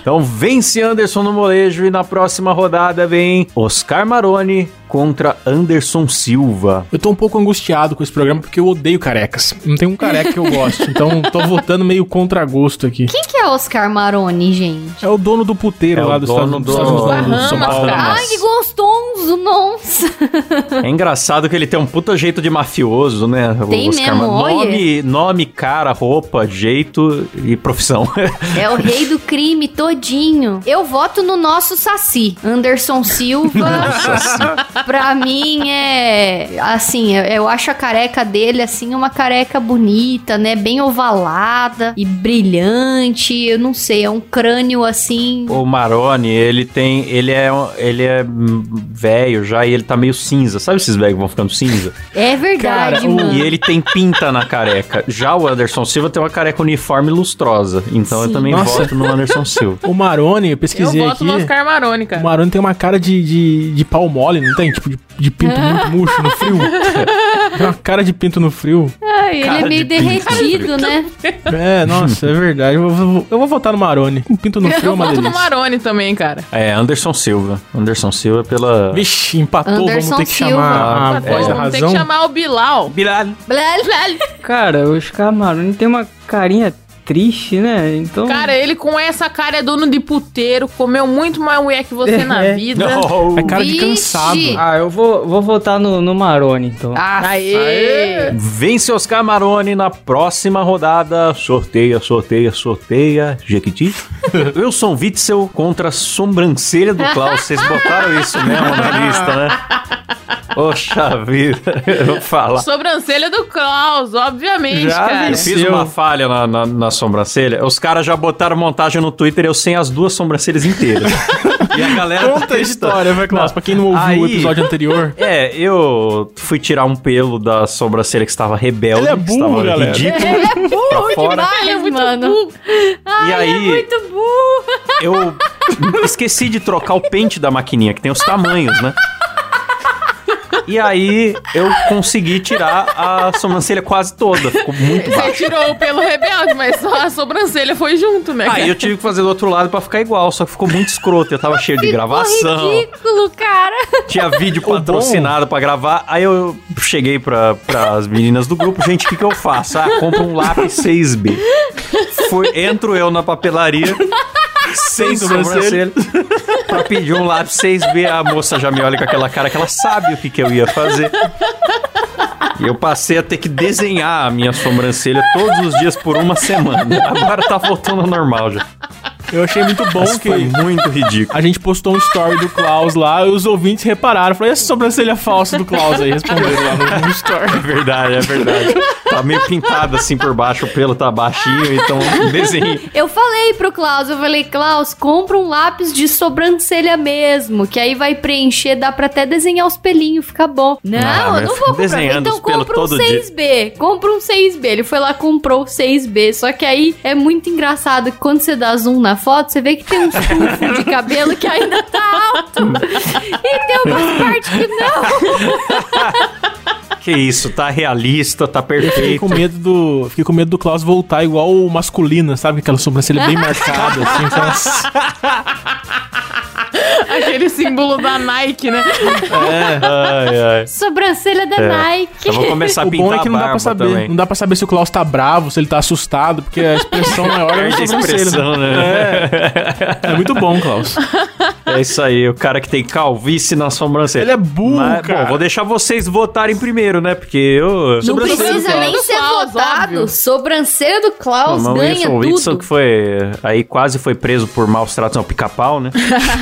A: Então vence Anderson no molejo e na próxima rodada vem Oscar Maroni contra Anderson Silva.
B: Eu tô um pouco angustiado com esse programa porque eu odeio carecas. Não tem um careca que eu gosto, então tô votando meio contra gosto aqui.
D: Quem que é Oscar Maroni, gente?
B: É o dono do puteiro
A: É
B: lá
A: o
B: do
A: dono
B: estado, dos Estados
A: do-
B: Unidos, não, do São
C: Bahamas,
B: Paulo.
C: cara.
D: Ai, que gostoso, nossa.
A: É engraçado que ele tem um puta jeito de mafioso, né?
D: Tem mesmo,
A: Maroni.
D: olha.
A: nome, nome, cara, roupa, jeito e profissão. *laughs*
D: É o rei do crime todinho. Eu voto no nosso Saci,
B: *laughs*
D: Anderson Silva. pra mim é assim, eu- eu acho a careca dele assim uma careca bonita, né, bem ovalada e brilhante. Eu não sei, é um crânio assim.
A: O Maroni, ele tem. Ele é, um- ele é hum, velho já e ele tá meio cinza. Sabe esses velhos que vão ficando cinza?
D: É verdade,
B: Cara, o-
D: mano.
A: E ele tem pinta na careca. Já o Anderson Silva tem uma careca uniforme lustrosa. Então eu também
B: Nossa.
A: voto no Anderson
B: *laughs*
A: Silva.
B: O Maroni, eu
C: Eu
B: pesquisei
C: voto
B: aqui.
C: no Oscar Maroni,
B: O
C: cara.
B: Maroni tem uma cara de, de, de pau mole, não tem? Tipo, de, de pinto
C: *laughs*
B: muito murcho no frio. Tem uma cara de pinto no frio.
D: Ai, ele
A: cara
D: é meio
A: de pinto.
D: derretido, né?
B: É, nossa, é verdade. Eu vou, eu vou votar no Maroni. Um pinto no frio é
C: Eu
B: uma
C: voto no
B: delícia.
C: Maroni também, cara.
A: É, Anderson Silva. Anderson Silva pela.
B: Vixe, empatou.
D: Anderson
B: Vamos ter que
D: Silva.
B: chamar a
A: Ah,
B: voz
A: é.
B: da
C: Vamos ter que
B: razão.
C: chamar o Bilal.
D: Blá, blá.
H: Cara, o Oscar Maroni tem uma carinha triste, né? Então.
C: Cara, ele com essa cara é dono de puteiro, comeu muito mais mulher que você na
D: *laughs*
H: É.
C: vida.
B: É cara de
D: Vixe.
B: cansado.
H: Ah, eu vou, vou votar no, no Maroni, então.
C: Ah, Aê!
A: Vence Oscar Maroni na próxima rodada. Sorteia, sorteia, sorteia.
B: *laughs*
A: Jequiti. um Wilson Witzel contra a sobrancelha do Klaus. Vocês botaram isso mesmo na lista, né? Poxa vida, eu vou falar.
C: Sobrancelha do Klaus, obviamente,
A: Já
C: cara.
A: eu fiz uma falha na, na, na sobrancelha. Os caras já botaram montagem no Twitter eu sem as duas sobrancelhas
B: *laughs*
A: inteiras. e a galera.
B: Conta a história, vai, Klaus. Pra quem não ouviu
A: Aí-
B: o episódio anterior.
A: É, eu fui tirar um pelo da sobrancelha que estava rebelde.
B: Ele é
A: que
B: burro,
A: estava
B: galera.
D: *laughs*
A: Ridículo.
D: É burro
A: Pra fora.
D: demais,
C: Ele é muito
D: mano. *laughs*
C: burro.
A: e
C: é
A: aí,
C: *laughs*
D: Muito burro.
A: eu esqueci de trocar o pente da maquininha, que tem os tamanhos, né? E aí, eu consegui tirar a sobrancelha quase toda. Ficou muito
C: Você
A: baixo.
C: tirou o pelo rebelde, mas só a sobrancelha foi junto, né?
A: Aí eu tive que fazer do outro lado pra ficar igual, só que ficou muito escroto. Eu tava cheio de gravação.
D: ridículo, cara.
B: *laughs*
A: Tinha vídeo patrocinado pra gravar. Aí eu cheguei pra, pras meninas do grupo, gente, o que, que eu faço? Ah, compro um lápis 6B. Foi, entro eu na papelaria. Sem sobrancelha. pra pedir um lápis 6B, a moça já me olha com aquela cara que ela sabe o que, que eu ia fazer. E eu passei a ter que desenhar a minha sobrancelha todos os dias por uma semana. Agora tá voltando ao normal já.
B: Eu achei muito bom
A: Mas
B: que.
A: foi muito ridículo.
B: A gente postou um story do Klaus lá, e os ouvintes repararam. Falaram, e essa sobrancelha falsa do Klaus aí? Responderam lá no- no story.
A: É verdade, é verdade. Tá meio pintado assim por baixo, o pelo tá baixinho, então desenho.
D: Eu falei pro Klaus, eu falei, Klaus, compra um lápis de sobrancelha mesmo, que aí vai preencher, dá pra até desenhar os pelinhos, fica bom. Não,
A: Ah,
D: eu
A: mas
D: não vou comprar.
A: desenhando
D: Então
A: os pelos
D: compra um
A: todo dia.
D: 6B, compra um 6B. Ele foi lá, comprou o 6B, só que aí é muito engraçado que quando você dá zoom na foto, você vê que tem um tufo de cabelo que ainda tá alto. e tem umas partes que não.
A: Que isso, tá realista, tá
B: Eu fiquei
A: perfeito.
B: com medo do. Fiquei com medo do Klaus voltar igual o masculina, sabe? Aquela sobrancelha bem marcada, assim. sabe?
A: *laughs*
B: Nossa,
C: Aquele símbolo da Nike, né?
A: Ai, ai.
D: Sobrancelha da
A: É.
D: Nike.
A: Eu vou começar a
B: o bom
A: pintar
B: é que não
A: a
B: dá pra
A: barba
B: saber.
A: também.
B: Não dá pra saber se o Klaus tá bravo, se ele tá assustado, porque a expressão maior é a
A: Perde a
B: sobrancelha.
A: expressão, né?
B: É muito
A: *laughs*
B: bom, Klaus.
A: É. isso aí, o cara que tem calvície na sobrancelha.
B: Ele é burro,
A: Mas,
B: cara.
A: Bom, vou deixar vocês votarem primeiro, né? Porque eu...
D: Não precisa
C: do
D: nem
C: Klaus,
D: ser
C: óbvio.
D: votado. Sobrancelha do Klaus
A: Mas o Wilson, o
D: ganha tudo.
A: Whitson é um que foi... Aí quase foi preso por maus tratos, não, pica-pau, né?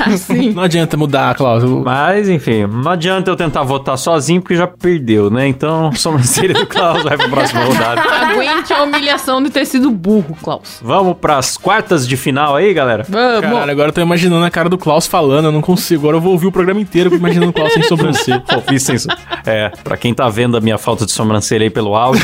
C: Assim.
B: Não adianta mudar, Klaus. O-
A: Mas, enfim, não adianta eu tentar votar sozinho, porque já perdeu, né? Então, *laughs* sobrancelha do Klaus vai pra próxima rodada.
C: Aguente a humilhação de ter sido burro, Klaus.
A: Vamos pras quartas de final aí, galera?
C: Vamos.
B: Caralho, agora eu tô imaginando a cara do Klaus falando, eu não consigo. Agora eu vou ouvir o programa inteiro imaginando o Klaus sem sobrancelha.
A: Pô, fiz sem so- É, pra quem tá vendo a minha falta de sobrancelha aí pelo
C: *laughs*
A: áudio.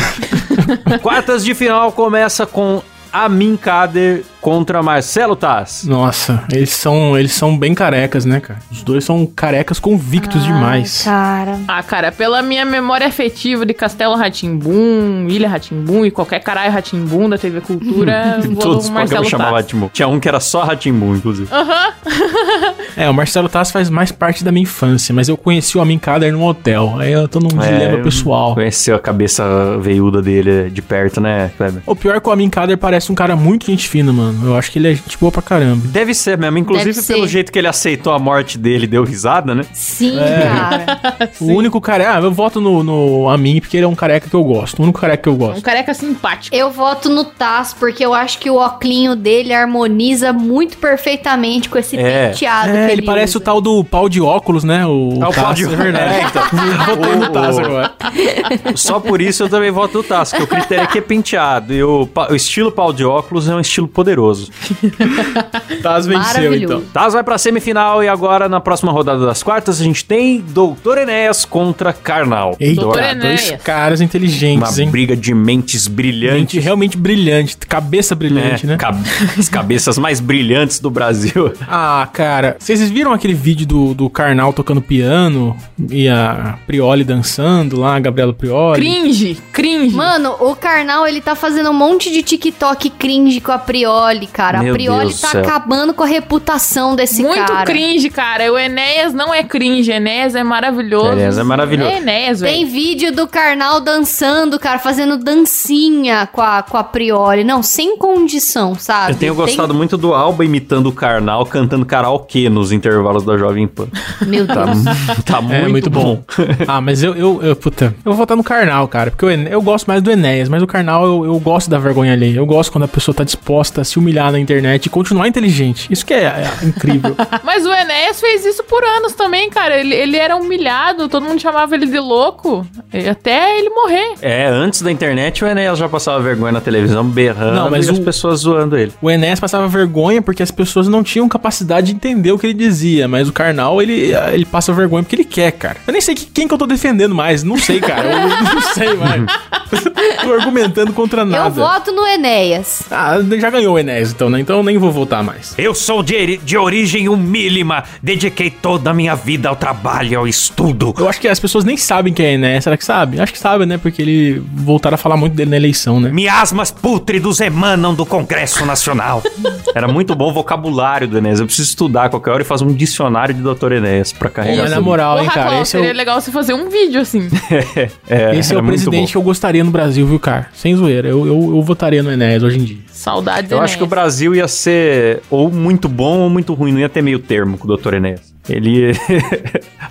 A: quartas de final começa com Amin Kader contra Marcelo Taz.
B: *laughs* Nossa, eles são, eles são bem carecas, né, cara? Os dois são carecas convictos demais.
D: Cara.
C: Ah, cara, pela minha memória afetiva de Castelo Ratimbum, Ilha Ratimbum e qualquer caralho Ratimbum da TV Cultura, eu vou
A: *laughs* Todos
C: do
A: os
C: Marcelo
A: programas chamavam
C: Taz. Ah.
A: Ratimbu. Tinha um que era só Ratimbu, inclusive.
B: É, o Marcelo Tassi faz mais parte da minha infância, mas eu conheci o Amin Kader num hotel. Aí eu tô num
A: É,
B: dilema
A: eu
B: pessoal.
A: Conheceu a cabeça veiuda dele de perto, né, Kleber?
B: O pior é que o Amin Kader parece um cara muito gente fina, mano. Eu acho que ele é gente boa
A: *laughs*
B: pra caramba.
A: Deve ser mesmo, inclusive
D: Deve
A: pelo
D: ser.
A: jeito que ele aceitou a morte dele, deu risada, né?
D: Sim, cara.
B: O único cara... Ah, eu voto no, no Amin porque ele é um careca que eu gosto. O único careca que eu
C: Um
B: gosto.
C: careca simpático.
D: Eu voto no Taz, porque eu acho que o oclinho dele harmoniza muito perfeitamente com esse
A: É.
D: penteado.
B: É,
D: que
B: ele parece o tal do pau de óculos, né? O,
A: Ah, o pau
B: Tassi,
A: de-
B: *laughs* É verdade.
A: É, então.
C: *laughs*
A: O-
B: Votei Tá no Tassi agora.
A: Só por isso eu também voto no Tasca. O critério aqui é penteado. E o, pa- o estilo pau de óculos é um estilo poderoso.
B: Taz venceu,
D: Maravilhoso.
B: então.
A: Taz vai pra semifinal e agora, na próxima rodada das quartas, a gente tem Doutor Enéas contra Karnal.
C: Doutor
B: Eita, dois
C: Enéas.
B: caras
A: então. Uma
B: inteligentes, hein?
A: briga de mentes
B: Gente
A: brilhantes.
B: realmente brilhante. Cabeça brilhante, né?
A: cab- as cabeças mais brilhantes do Brasil.
B: Ah, cara, vocês viram aquele vídeo do, do Karnal tocando piano e a Prioli dançando lá, a Gabriela Prioli?
C: Cringe, cringe.
D: Mano, o Karnal, ele tá fazendo um monte de TikTok cringe com a Prioli, cara.
A: Meu
D: a Prioli
A: Deus do
D: tá
A: céu.
D: acabando com a reputação desse
C: Muito
D: cara.
C: cringe, cara. O Enéas não é cringe. Enéas é maravilhoso.
A: Enéas é maravilhoso.
C: É Enéas,
D: Tem
C: velho.
D: vídeo do Karnal dançando, cara, fazendo dancinha com a, com a Prioli. Não, sem condição, sabe?
A: Eu tenho
D: Tem-
A: gostado muito do Alba imitando o Karnal, cantando karaokê nos intervalos da Jovem Pan. *laughs*
D: Meu
A: Tá,
D: Deus.
A: tá muito,
B: É, muito
A: bom.
B: bom. *laughs* ah, mas eu, eu, eu, puta, eu vou votar no Karnal, cara, porque o Ene- eu gosto mais do Enéas, mas o Karnal eu, eu gosto da vergonha alheia. Eu gosto quando a pessoa tá disposta a se humilhar na internet e continuar inteligente. Isso que é, é incrível.
C: Mas o Enéas fez isso por anos também, cara. Ele, ele era humilhado, todo mundo chamava ele de louco. e Até ele morrer.
A: É, antes da internet o Enéas já passava vergonha na televisão berrando
B: Não, mas
A: e as
B: o-
A: pessoas zoando ele.
B: o Enéas passava vergonha porque as pessoas não tinham capacidade de entender o que ele dizia, mas o Karnal, ele, eh, ele passa vergonha porque ele quer, cara. Eu nem sei que- quem que eu tô defendendo mais, não sei, cara. Eu *laughs* não sei mais. tô argumentando contra nada.
D: Eu voto no Enéas.
B: Ah, já ganhou o Enéas, então, né? Então eu nem vou votar mais.
A: Eu sou de, de origem humílima, dediquei toda a minha vida ao trabalho, ao estudo.
B: Eu acho que as pessoas nem sabem quem é Enéas. Será que sabe? Acho que sabe, né? Porque ele voltaram a falar muito dele na eleição, né?
A: Miasmas pútridos emanam do Congresso Nacional. *laughs* Era muito bom o vocabulário do Enéas. Eu preciso estudar a qualquer hora e fazer um dicionário de Dr. Enéas pra
B: Pô,
A: carregar.
B: mas na
A: tudo.
B: moral, hein,
C: Porra,
B: cara?
C: Cláudio,
B: Esse é o,
C: seria legal você fazer um
A: *laughs*
C: vídeo assim.
A: É,
B: esse é
A: era
B: o
A: muito bom.
B: presidente que eu gostaria no Brasil, viu, cara? Sem zoeira. Eu, eu, eu votaria no Enéas hoje em dia.
C: Saudades
A: Eu acho que o
C: Enéas.
A: Brasil ia ser ou muito bom ou muito ruim, não ia ter meio termo com o Dr. Enéas. Ele. *laughs*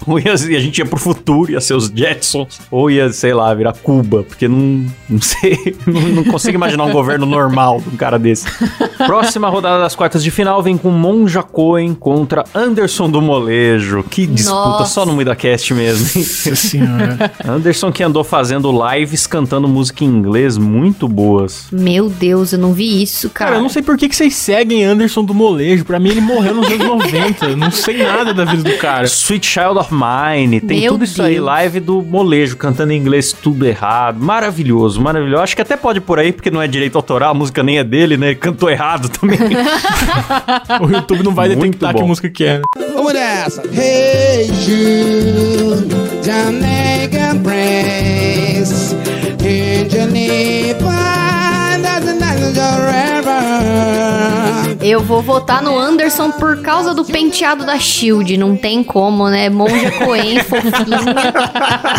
A: ou ia, a gente ia pro futuro, ia ser os Jetsons, ou ia, sei lá, virar Cuba, porque não, não sei, *laughs* não, não consigo imaginar um governo normal de um cara desse. Próxima rodada das quartas de final vem com Monja Coen contra Anderson do Molejo. Que disputa
D: Nossa.
A: só no MuidaCast mesmo. hein?
B: Nossa senhora.
A: Anderson que andou fazendo lives cantando música em inglês muito boas.
D: Meu Deus, eu não vi isso, cara.
B: Cara, eu não sei por que, que vocês seguem Anderson do Molejo. Pra mim, ele morreu nos anos 90. Eu não sei nada da vida do cara.
A: Sweet Child of Mine, tem
D: Meu
A: tudo isso aí,
D: Deus.
A: live do molejo, cantando em inglês tudo errado, maravilhoso, maravilhoso. Acho que até pode por aí, porque não é direito autoral, a música nem é dele, né? Ele cantou errado
C: *laughs*
A: também.
B: O YouTube não vai
A: Muito
B: detectar que
A: bom.
B: música que é. né?
F: Vamos nessa! Hey Jude, Jamaican Prince, Angelipa, doesn't last forever.
D: Eu vou votar no Anderson por causa do penteado da Shield. Não tem como, né? Monja
A: *laughs*
D: Coen, fofinha.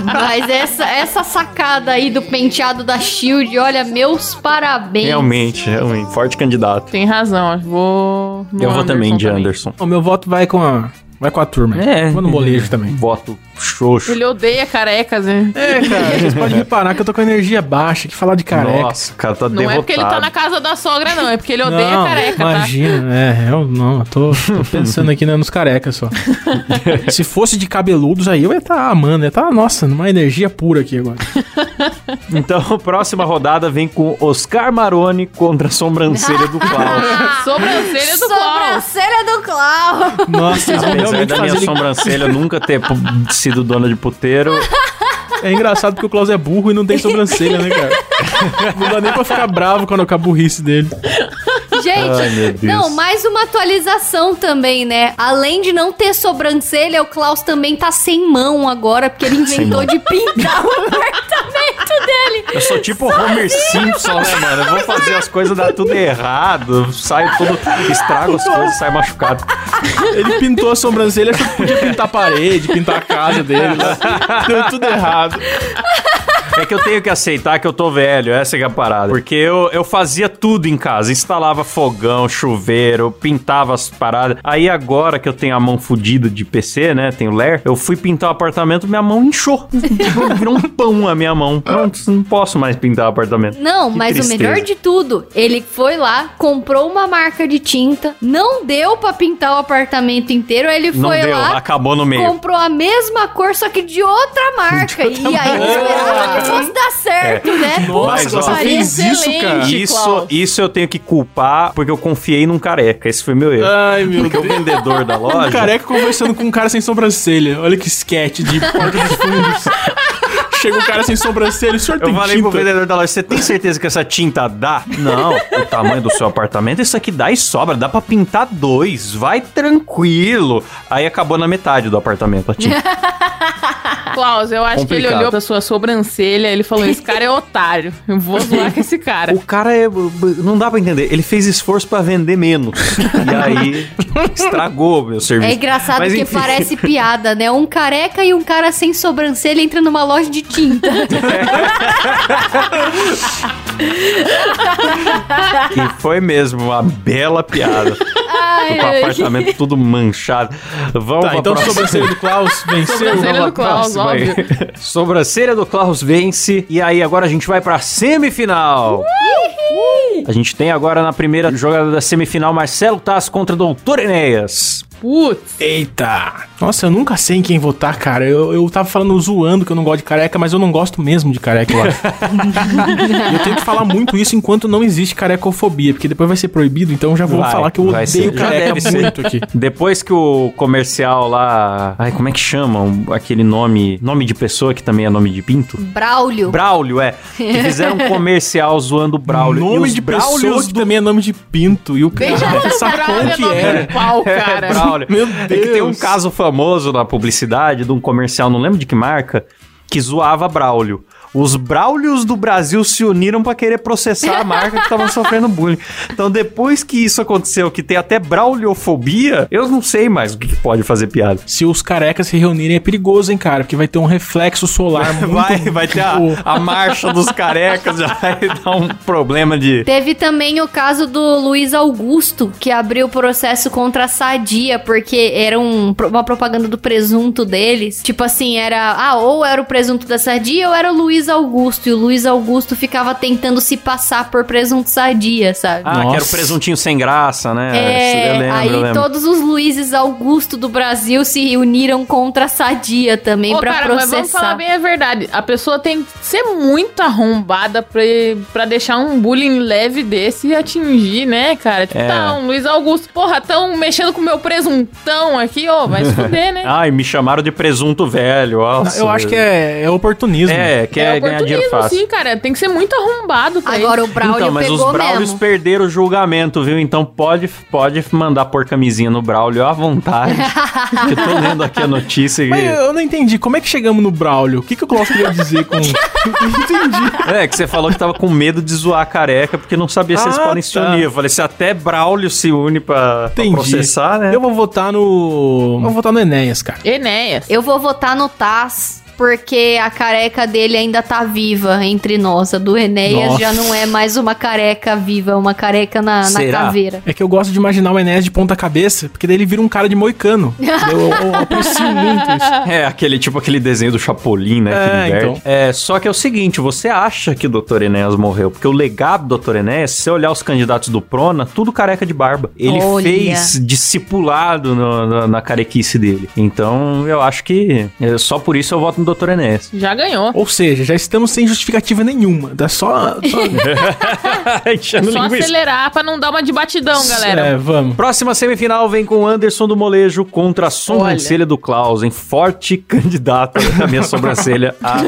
D: Mas essa, essa sacada aí do penteado da Shield, olha, meus parabéns.
A: realmente, realmente, forte candidato.
C: Tem razão, eu vou. no
A: Eu vou também de
C: também.
A: Anderson.
B: O meu voto vai com a, vai com a turma. Vou no Molejo também.
A: Voto xoxo.
C: Ele odeia carecas, né?
B: É, cara, *laughs* vocês podem reparar que eu tô com a energia baixa, que falar de careca.
A: Nossa, o cara tá
C: Não
A: derrotado.
C: é porque ele tá na casa da sogra, não. É porque ele odeia
B: não,
C: careca, tá?
B: imagina, é, eu não, eu tô, tô pensando aqui né, nos carecas *laughs* só. Se fosse de cabeludos aí, eu ia estar tá amando, ia estar, nossa, numa energia pura aqui agora.
A: *laughs* Então, próxima rodada vem com Oscar Maroni contra a sobrancelha
C: *laughs*
A: do Klaus.
C: *laughs*
A: é
C: Sobrancelha do Klaus.
D: Sobrancelha é do Klaus.
B: Nossa, eles
A: Apesar
B: vão realmente
A: da minha
B: fazer...
A: sobrancelha nunca ter
C: *laughs*
A: pu- sido dona de puteiro,
B: É engraçado porque o Klaus é burro e não tem sobrancelha, né, cara? Não dá nem pra ficar bravo quando com a burrice dele.
A: *laughs* Ai, meu
D: Gente,
A: Deus.
D: não, mais uma atualização também, né? Além de não ter sobrancelha, o Klaus também tá sem mão agora, porque ele inventou de pintar o apartamento dele.
A: Eu sou tipo Homer Simpson, né, mano? Eu vou fazer as coisas, dá tudo errado, saio tudo, estrago as coisas, saio machucado.
B: Ele pintou a sobrancelha, achou que podia pintar a parede, pintar a casa dele. né? Deu tudo errado.
A: É que eu tenho que aceitar que eu tô velho, essa que é a parada. Porque eu, eu fazia tudo em casa, instalava fogão, chuveiro, pintava as paradas. Aí agora que eu tenho a mão fodida de PC, né, tenho ler, eu fui pintar o apartamento, minha mão inchou. Virou um pão a minha mão. Não, não posso mais pintar o apartamento.
D: Não,
A: Que
D: mas
A: tristeza.
D: o melhor de tudo, ele foi lá, comprou uma marca de tinta, não deu pra pintar o apartamento inteiro, aí ele
A: Não
D: foi
A: deu,
D: lá,
A: acabou no meio.
D: comprou a mesma cor, só que de outra marca. e aí ele esperava que fosse dar certo, né?
A: É. Nossa,
D: Puta que
A: você
D: pariu.
B: fez isso, cara?
A: Isso, isso eu tenho que culpar porque eu confiei num careca. Esse foi meu erro.
B: Ai, Ah, meu
A: Porque o vendedor da
B: Um
A: loja.
B: careca conversando com um cara sem sobrancelha. Olha que sketch de porta dos fundos. Chega um cara sem sobrancelha, o senhor
A: Eu
B: tem
A: falei pro
B: tinta.
A: vendedor da loja, você tem certeza que essa tinta dá? Não, o tamanho do seu apartamento, isso aqui dá e sobra, dá pra pintar dois, vai tranquilo. Aí acabou na metade do apartamento a
D: *laughs*
A: tinta.
C: Klaus, eu acho que ele
A: Complicado.
C: olhou pra sua sobrancelha ele falou: esse cara é otário. Eu vou zoar com esse cara.
A: *laughs* O cara é, não dá pra entender, ele fez esforço pra vender menos. E aí estragou meu serviço.
D: É engraçado
A: Mas,
D: que
A: enfim.
D: parece piada, né? Um careca e um cara sem sobrancelha entra numa loja de tinta.
A: *laughs* E foi mesmo uma bela piada.
C: É,
D: Ai,
A: com o apartamento todo manchado. Vamos
B: Tá,
A: pra
B: então a
A: próxima.
B: sobrancelha do Klaus venceu.
C: Sobrancelha do Klaus,
A: Próxima aí.
C: óbvio.
A: Sobrancelha do Klaus vence. E aí, agora a gente vai pra semifinal. A gente tem agora na primeira jogada da semifinal Marcelo Tassi contra Doutor Enéas.
C: Putz.
B: Eita! Nossa, eu nunca sei em quem votar, cara. Eu, eu tava falando zoando que eu não gosto de careca, mas eu não gosto mesmo de careca,
C: *laughs*
B: eu acho. E eu tenho que falar muito isso enquanto não existe carecofobia, porque depois vai ser proibido, então eu já vou
A: Vai,
B: falar que eu
A: vai
B: odeio
A: ser. Já
B: careca
A: deve ser.
B: muito aqui.
A: Depois que o comercial lá. Ai, como é que chamam aquele nome? Nome de pessoa que também é nome de pinto?
D: Braulio.
A: Braulio, é. Que fizeram
C: *laughs*
A: um comercial zoando o Braulio. E
B: Nome
A: os
B: de
A: Braulios
B: pessoa que também é nome de pinto. E o cara
C: Deixa
B: já
C: eu
B: sacou
C: caralho,
B: que
C: é nome
B: era.
C: de pau, cara.
A: *laughs* É, Braulio.
B: Meu
A: É que tem um
B: Deus.
A: caso famoso na publicidade, de um comercial, não lembro de que marca, que zoava Braulio. Os Braulios do Brasil se uniram pra querer processar a marca que estavam sofrendo bullying. Então, depois que isso aconteceu, que tem até brauliofobia, eu não sei mais o que, que pode fazer piada.
B: Se os carecas se reunirem é perigoso, hein, cara? Porque vai ter um reflexo solar muito...
A: Vai, vai ter a,
B: tipo,
A: a marcha dos carecas, já vai *laughs* dar um problema de.
D: Teve também o caso do Luiz Augusto, que abriu processo contra a Sadia, porque era um- uma propaganda do presunto deles. Tipo assim, era, ah, ou era o presunto da Sadia ou era o Luiz Augusto. E o Luiz Augusto ficava tentando se passar por presunto Sadia, sabe?
A: Ah, que era o
B: Nossa.
A: presuntinho sem graça, né?
D: É,
A: eu lembro,
D: aí
A: eu lembro.
D: todos os Luizes Augusto do Brasil se uniram contra a Sadia também
C: Ô,
D: pra
C: cara, mas vamos falar
D: processar.
C: bem a verdade. A pessoa tem que ser muito arrombada pra, pra deixar um bullying leve desse e atingir, né, cara? Tipo,
A: É.
C: tá, um Luiz Augusto. Porra, tão mexendo com o meu presuntão aqui, ô, vai se fuder,
A: *laughs*
C: né?
A: Ai, me chamaram de presunto velho. Nossa.
B: Eu acho que é, é oportunismo.
A: É, quer ganhar dinheiro
C: oportunismo,
A: fácil.
C: sim, cara. Tem que ser muito arrombado pra
D: Agora o
C: isso.
D: Braulio
A: então, mas os
D: pegou
A: Braulios
D: mesmo.
A: perderam o julgamento, viu? Então pode, pode mandar por camisinha no Braulio à
D: *laughs*
A: vontade. que eu tô lendo aqui a notícia.
B: Mas
A: Que...
B: eu não entendi. Como é que chegamos no Braulio? O que, que o Klaus queria dizer
C: *laughs*
B: com... entendi.
A: É, que você falou que tava com medo de zoar a careca, porque não sabia se eles
B: Ah,
A: podem se
B: tá.
A: unir. Eu falei, se até Braulio se une pra, pra
B: Entendi.
A: processar, né?
B: Eu vou votar no... Eu vou votar no Enéas, cara.
C: Enéas.
D: Eu vou votar no Taz, porque a careca dele ainda tá viva entre nós. A do Enéas
B: Nossa.
D: já não é mais uma careca viva, é uma careca na, na
A: Será?
D: caveira.
B: É que eu gosto de imaginar o Enéas de ponta cabeça, porque daí ele vira um cara de
C: *laughs*
B: moicano. eu, eu- eu aprecio muito isso.
A: É, aquele tipo aquele desenho do Chapolin, né?
B: É,
A: que inverte.
B: então.
A: É, só que é o seguinte, você acha que o Dr. Enéas morreu, porque o legado do Dr. Enéas, se você olhar os candidatos do Prona, tudo careca de barba. Ele
D: Olha.
A: fez discipulado no- na, na carequice dele. Então, eu acho que é, só por isso eu voto no Dr. *laughs* Enéas.
C: Já ganhou.
B: Ou seja, já estamos sem justificativa nenhuma. Dá só. só-
A: Enchendo
C: É Só
A: linguiça.
C: acelerar pra não dar uma de batidão, galera.
B: É, vamos.
A: Próxima semifinal vem com Anderson do Molejo contra a sobrancelha do Klaus, em forte *laughs* candidato da minha sobrancelha a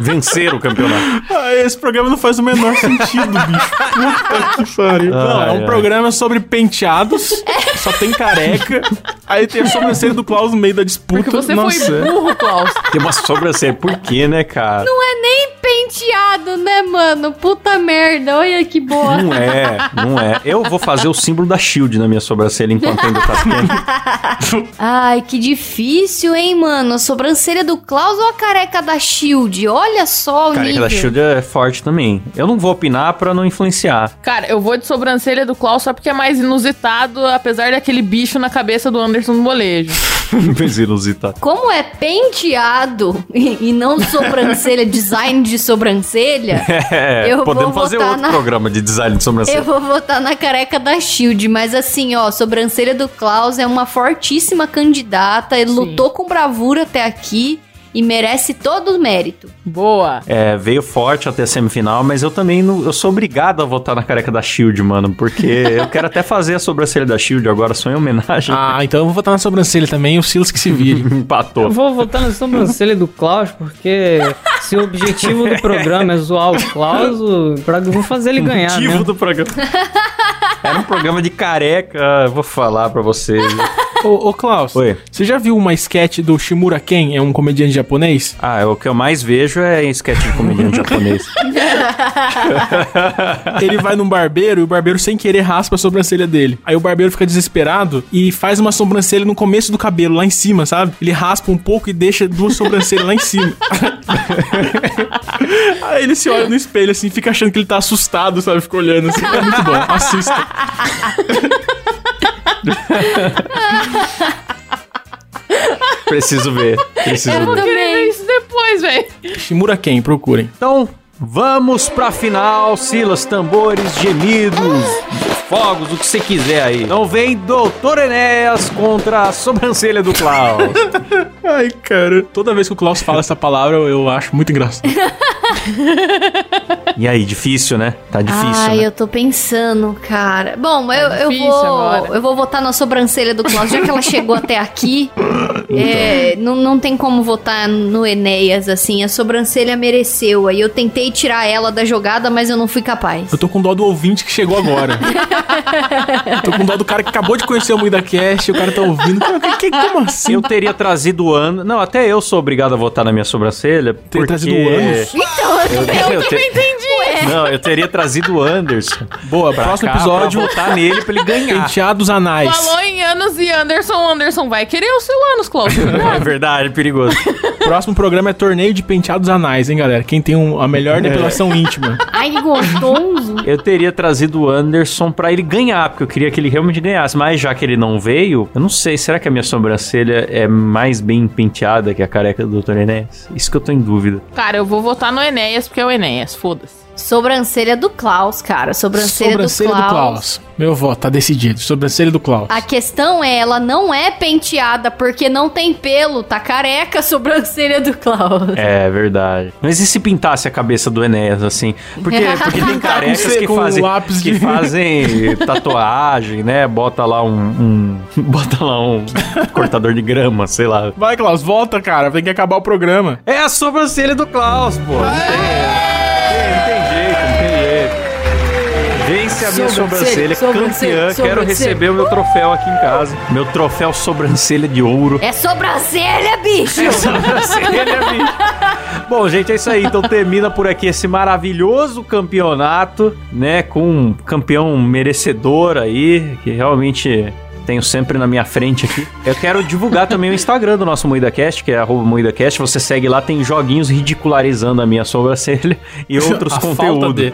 A: vencer o campeonato.
B: Ah, esse programa não faz o menor sentido, bicho. Puta que pariu. Não, é um
A: Ai, ai.
B: programa sobre penteados, só tem careca. *laughs* Aí tem a sobrancelha do Klaus no meio da disputa.
C: Porque você foi
B: Nossa.
A: *laughs*
C: burro, Klaus.
A: Tem uma sobrancelha, por quê, né, cara?
D: Não é nem penteado, né, mano? Puta merda, olha que boa.
A: *laughs* Não é, não é. Eu vou fazer o símbolo da Shield na minha sobrancelha enquanto ainda tá
D: *laughs*
A: tempo.
D: Ai, que difícil, hein, mano? A sobrancelha do Klaus ou a careca da Shield? Olha só o
A: Careca
D: nível.
A: da Shield é forte também. Eu não vou opinar pra não
B: *laughs*
A: influenciar.
C: Cara, eu vou de sobrancelha do Klaus só porque é mais inusitado, apesar daquele bicho na cabeça do Anderson no molejo.
A: Mas inusitado.
D: Como é penteado *laughs* e, e não sobrancelha, *laughs* design de sobrancelha,
A: É,
D: Eu vou
A: podemos fazer
D: votar
A: outro
D: na-
A: programa de design de
D: Eu
A: sobrancelha.
D: vou votar na careca da Shield, mas assim, ó, sobrancelha do Klaus é uma fortíssima candidata, ele lutou com bravura até aqui e merece todo o mérito.
C: Boa.
A: É, veio forte até a semifinal, mas eu também não, eu sou obrigado a votar na careca da Shield, mano, porque eu quero até fazer a sobrancelha da Shield agora, só em homenagem.
B: Ah, então eu vou votar na sobrancelha também, o Silas que se *laughs* vire.
A: *laughs* Empatou.
H: Eu vou votar na sobrancelha do Klaus, porque se o objetivo do programa é zoar o Klaus, o- pra- eu vou fazer ele ganhar,
A: Motivo
H: né?
A: do programa. *laughs* Era um programa de careca, ah, eu vou falar pra vocês.
B: ô, ô, Klaus,
A: Oi.
B: você já viu uma sketch do Shimura Ken? É um comediante japonês?
A: Ah, o que eu mais vejo é sketch de *laughs* comediante japonês.
B: Ele vai num barbeiro e o barbeiro sem querer raspa a sobrancelha dele. Aí o barbeiro fica desesperado e faz uma sobrancelha no começo do cabelo, lá em cima, sabe? Ele raspa um pouco e deixa duas sobrancelhas lá em cima. *laughs* Aí ele se olha no espelho assim, fica achando que ele tá assustado, sabe? Fica olhando assim. É muito bom, assista.
A: Preciso ver, preciso
D: Eu
A: ver.
C: Queria ver
D: também.
C: isso depois, velho. *laughs*
B: Shimura Ken, procurem.
A: Então, Vamos pra final, Silas, tambores, gemidos, fogos, o que você quiser aí. Então vem Doutor Enéas contra a sobrancelha do Klaus.
B: Ai, cara. Toda vez que o Klaus fala essa palavra, eu- eu acho muito engraçado.
A: e aí, difícil, né? Tá difícil,
D: Ai,
A: né?
D: eu tô pensando, cara. Bom, eu, eu
C: difícil
D: vou.
C: agora.
D: Eu vou votar na sobrancelha do Klaus, já que ela chegou
A: *laughs*
D: até aqui.
A: Então.
D: é, não, não tem como votar no Enéas, assim. A sobrancelha mereceu. Aí eu tentei tirar ela da jogada, mas eu não fui capaz.
B: Eu tô com dó do ouvinte que chegou agora. Eu tô com dó do cara que acabou de conhecer o MuidaCast, o cara tá ouvindo. Cara, que, que- como assim?
A: Eu teria trazido o ano. Não, até eu sou obrigado a votar na minha sobrancelha.
B: Ter
A: porque-
B: trazido o Anderson.
D: Então, eu,
A: É. eu também entendi. Não, eu teria trazido o
D: *laughs*
A: Anderson.
B: Boa, próximo episódio,
A: Pra votar nele pra ele ganhar.
B: penteados anais.
D: *laughs*
C: Falou em anos e Anderson. Anderson vai querer o seu anos, Klaus.
D: Ah.
A: É verdade, perigoso.
B: Próximo programa é torneio de penteados anais, hein, galera? Quem tem um- a
H: É.
B: melhor depilação íntima.
D: Ai, que gostoso.
A: Eu teria trazido o Anderson pra ele ganhar, porque eu queria que ele realmente ganhasse. Mas já que ele não veio, eu não sei, será que a minha sobrancelha é mais bem penteada que a careca do Dr. Enéas? Isso que eu tô em dúvida.
C: Cara, eu vou votar no Enéas, porque é o Enéas, foda-se.
D: Sobrancelha do Klaus, cara. *laughs* Sobrancelha, do, Klaus.
B: Meu voto, tá decidido. Sobrancelha do Klaus.
D: A questão é, ela não é penteada porque não tem pelo, tá careca a sobrancelha do Klaus.
A: É, verdade. Mas e se pintasse a cabeça do Enéas, assim? Porque, porque tem carecas
B: você
A: que
B: com
A: fazem,
B: lápis
A: que
B: de- *laughs*
A: fazem tatuagem, né? Bota lá um, *laughs* um- Bota lá
B: *laughs*
A: um cortador de grama, sei lá.
B: Vai, Klaus, volta, cara. Tem que acabar o programa.
A: É a sobrancelha do Klaus, pô. Não tem, não tem jeito, não tem jeito. Vence a minha
I: Sobrancelha,
A: sobrancelha,
I: sobrancelha,
A: campeã. Quero
I: sobrancelha.
A: receber o meu troféu aqui em casa. Meu troféu sobrancelha de ouro.
D: É sobrancelha, bicho!
A: Sobrancelha, bicho. é Bom, gente, é isso aí. Então termina por aqui esse maravilhoso campeonato, né? Com um campeão merecedor aí, que realmente tenho sempre na minha frente aqui. Eu quero divulgar também o Instagram do nosso MoídaCast, que é arroba MoídaCast. Você segue lá, tem joguinhos ridicularizando a minha sobrancelha
B: *laughs*
A: e outros
B: A falta
A: conteúdos.
B: de-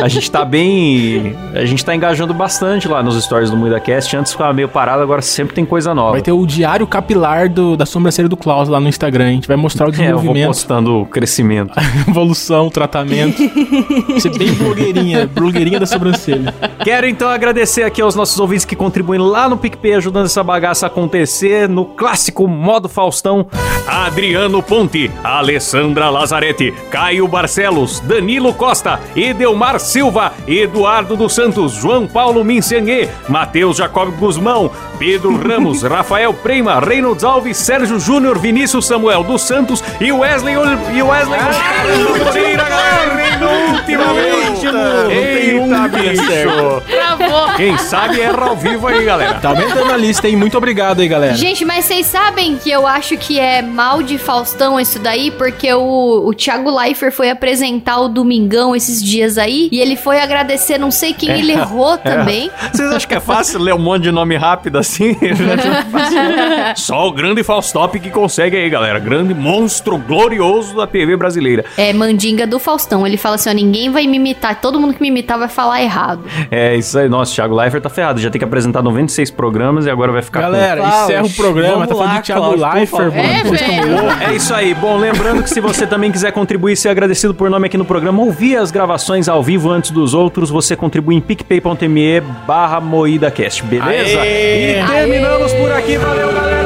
A: A gente tá bem. A gente tá engajando bastante lá nos stories do MuidaCast. Antes ficava meio parado, agora sempre tem coisa nova.
B: Vai ter o diário capilar do- da sobrancelha do Klaus lá no Instagram. A gente vai mostrar
A: É,
B: o
H: *laughs*
A: eu vou
B: desenvolvimento,
A: postando o crescimento.
B: *laughs* evolução,
D: *laughs*
B: tratamento. Você é bem blogueirinha, blogueirinha da sobrancelha.
A: Quero então agradecer aqui aos nossos ouvintes que contribuem lá no PicPay, ajudando essa bagaça a acontecer no clássico modo Faustão.
E: Adriano Ponte, Alessandra Lazarete, Caio Barcelos, Danilo Costa, Edelmar Silva, Eduardo dos Santos, João Paulo Mincengue, Matheus Jacob Guzmão, Pedro Ramos, Rafael Prema, Reynolds Alves, Sérgio Júnior, Vinícius Samuel dos Santos e Wesley Ol... e Wesley Moreira, galera,
B: Eita,
E: penúltimo. Eita, bicho.
C: Travou.
E: Quem sabe erra ao vivo aí, galera.
B: Tá aumentando a lista, hein? Muito obrigado aí, galera.
D: Gente, mas vocês sabem que eu acho que é mal de Faustão isso daí, porque o, o Thiago Leifert foi apresentar o Domingão esses dias aí, e ele foi agradecer não sei quem ele errou também.
A: Vocês acham que é fácil ler um monte de nome rápido assim? *laughs*
E: Só o grande Faustop que consegue aí, galera. Grande monstro glorioso da TV brasileira.
D: É mandinga do Faustão. Ele fala assim: ó, ninguém vai me imitar, todo mundo que me imitar vai falar errado.
A: é isso aí. Nossa, o Thiago Leifert tá ferrado. Já tem que apresentar 96 programas e agora vai ficar com-
B: Galera,
H: Klaus,
B: encerra o programa. Tá
H: vamos
B: falando
H: lá,
B: de Thiago
H: Klaus, por
B: Leifert,
H: favor.
B: mano.
C: É,
B: Vocês tão
C: velho.
B: loucos.
A: É isso aí. Bom, lembrando que se você também quiser contribuir e ser agradecido por nome aqui no programa, ouvir as gravações ao vivo antes dos outros, você contribui em picpay.me barra moídacast, beleza? E terminamos por aqui. Valeu, galera!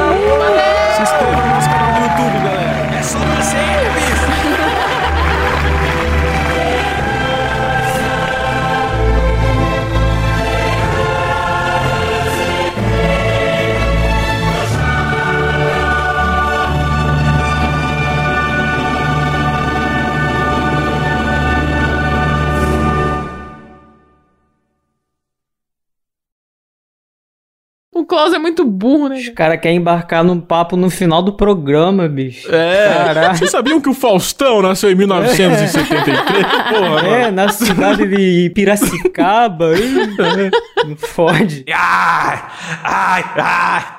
B: Se inscreva no nosso canal do YouTube, galera.
A: É só você, bicho!
C: O Klaus é muito burro, né?
H: Os caras querem embarcar num papo no final do programa, bicho.
B: É.
H: Caralho.
B: Vocês sabiam que o Faustão nasceu em 1973? Porra, mano.
H: É, na cidade de Piracicaba. Eita, né? Não fode.
A: Ai, ai, ai.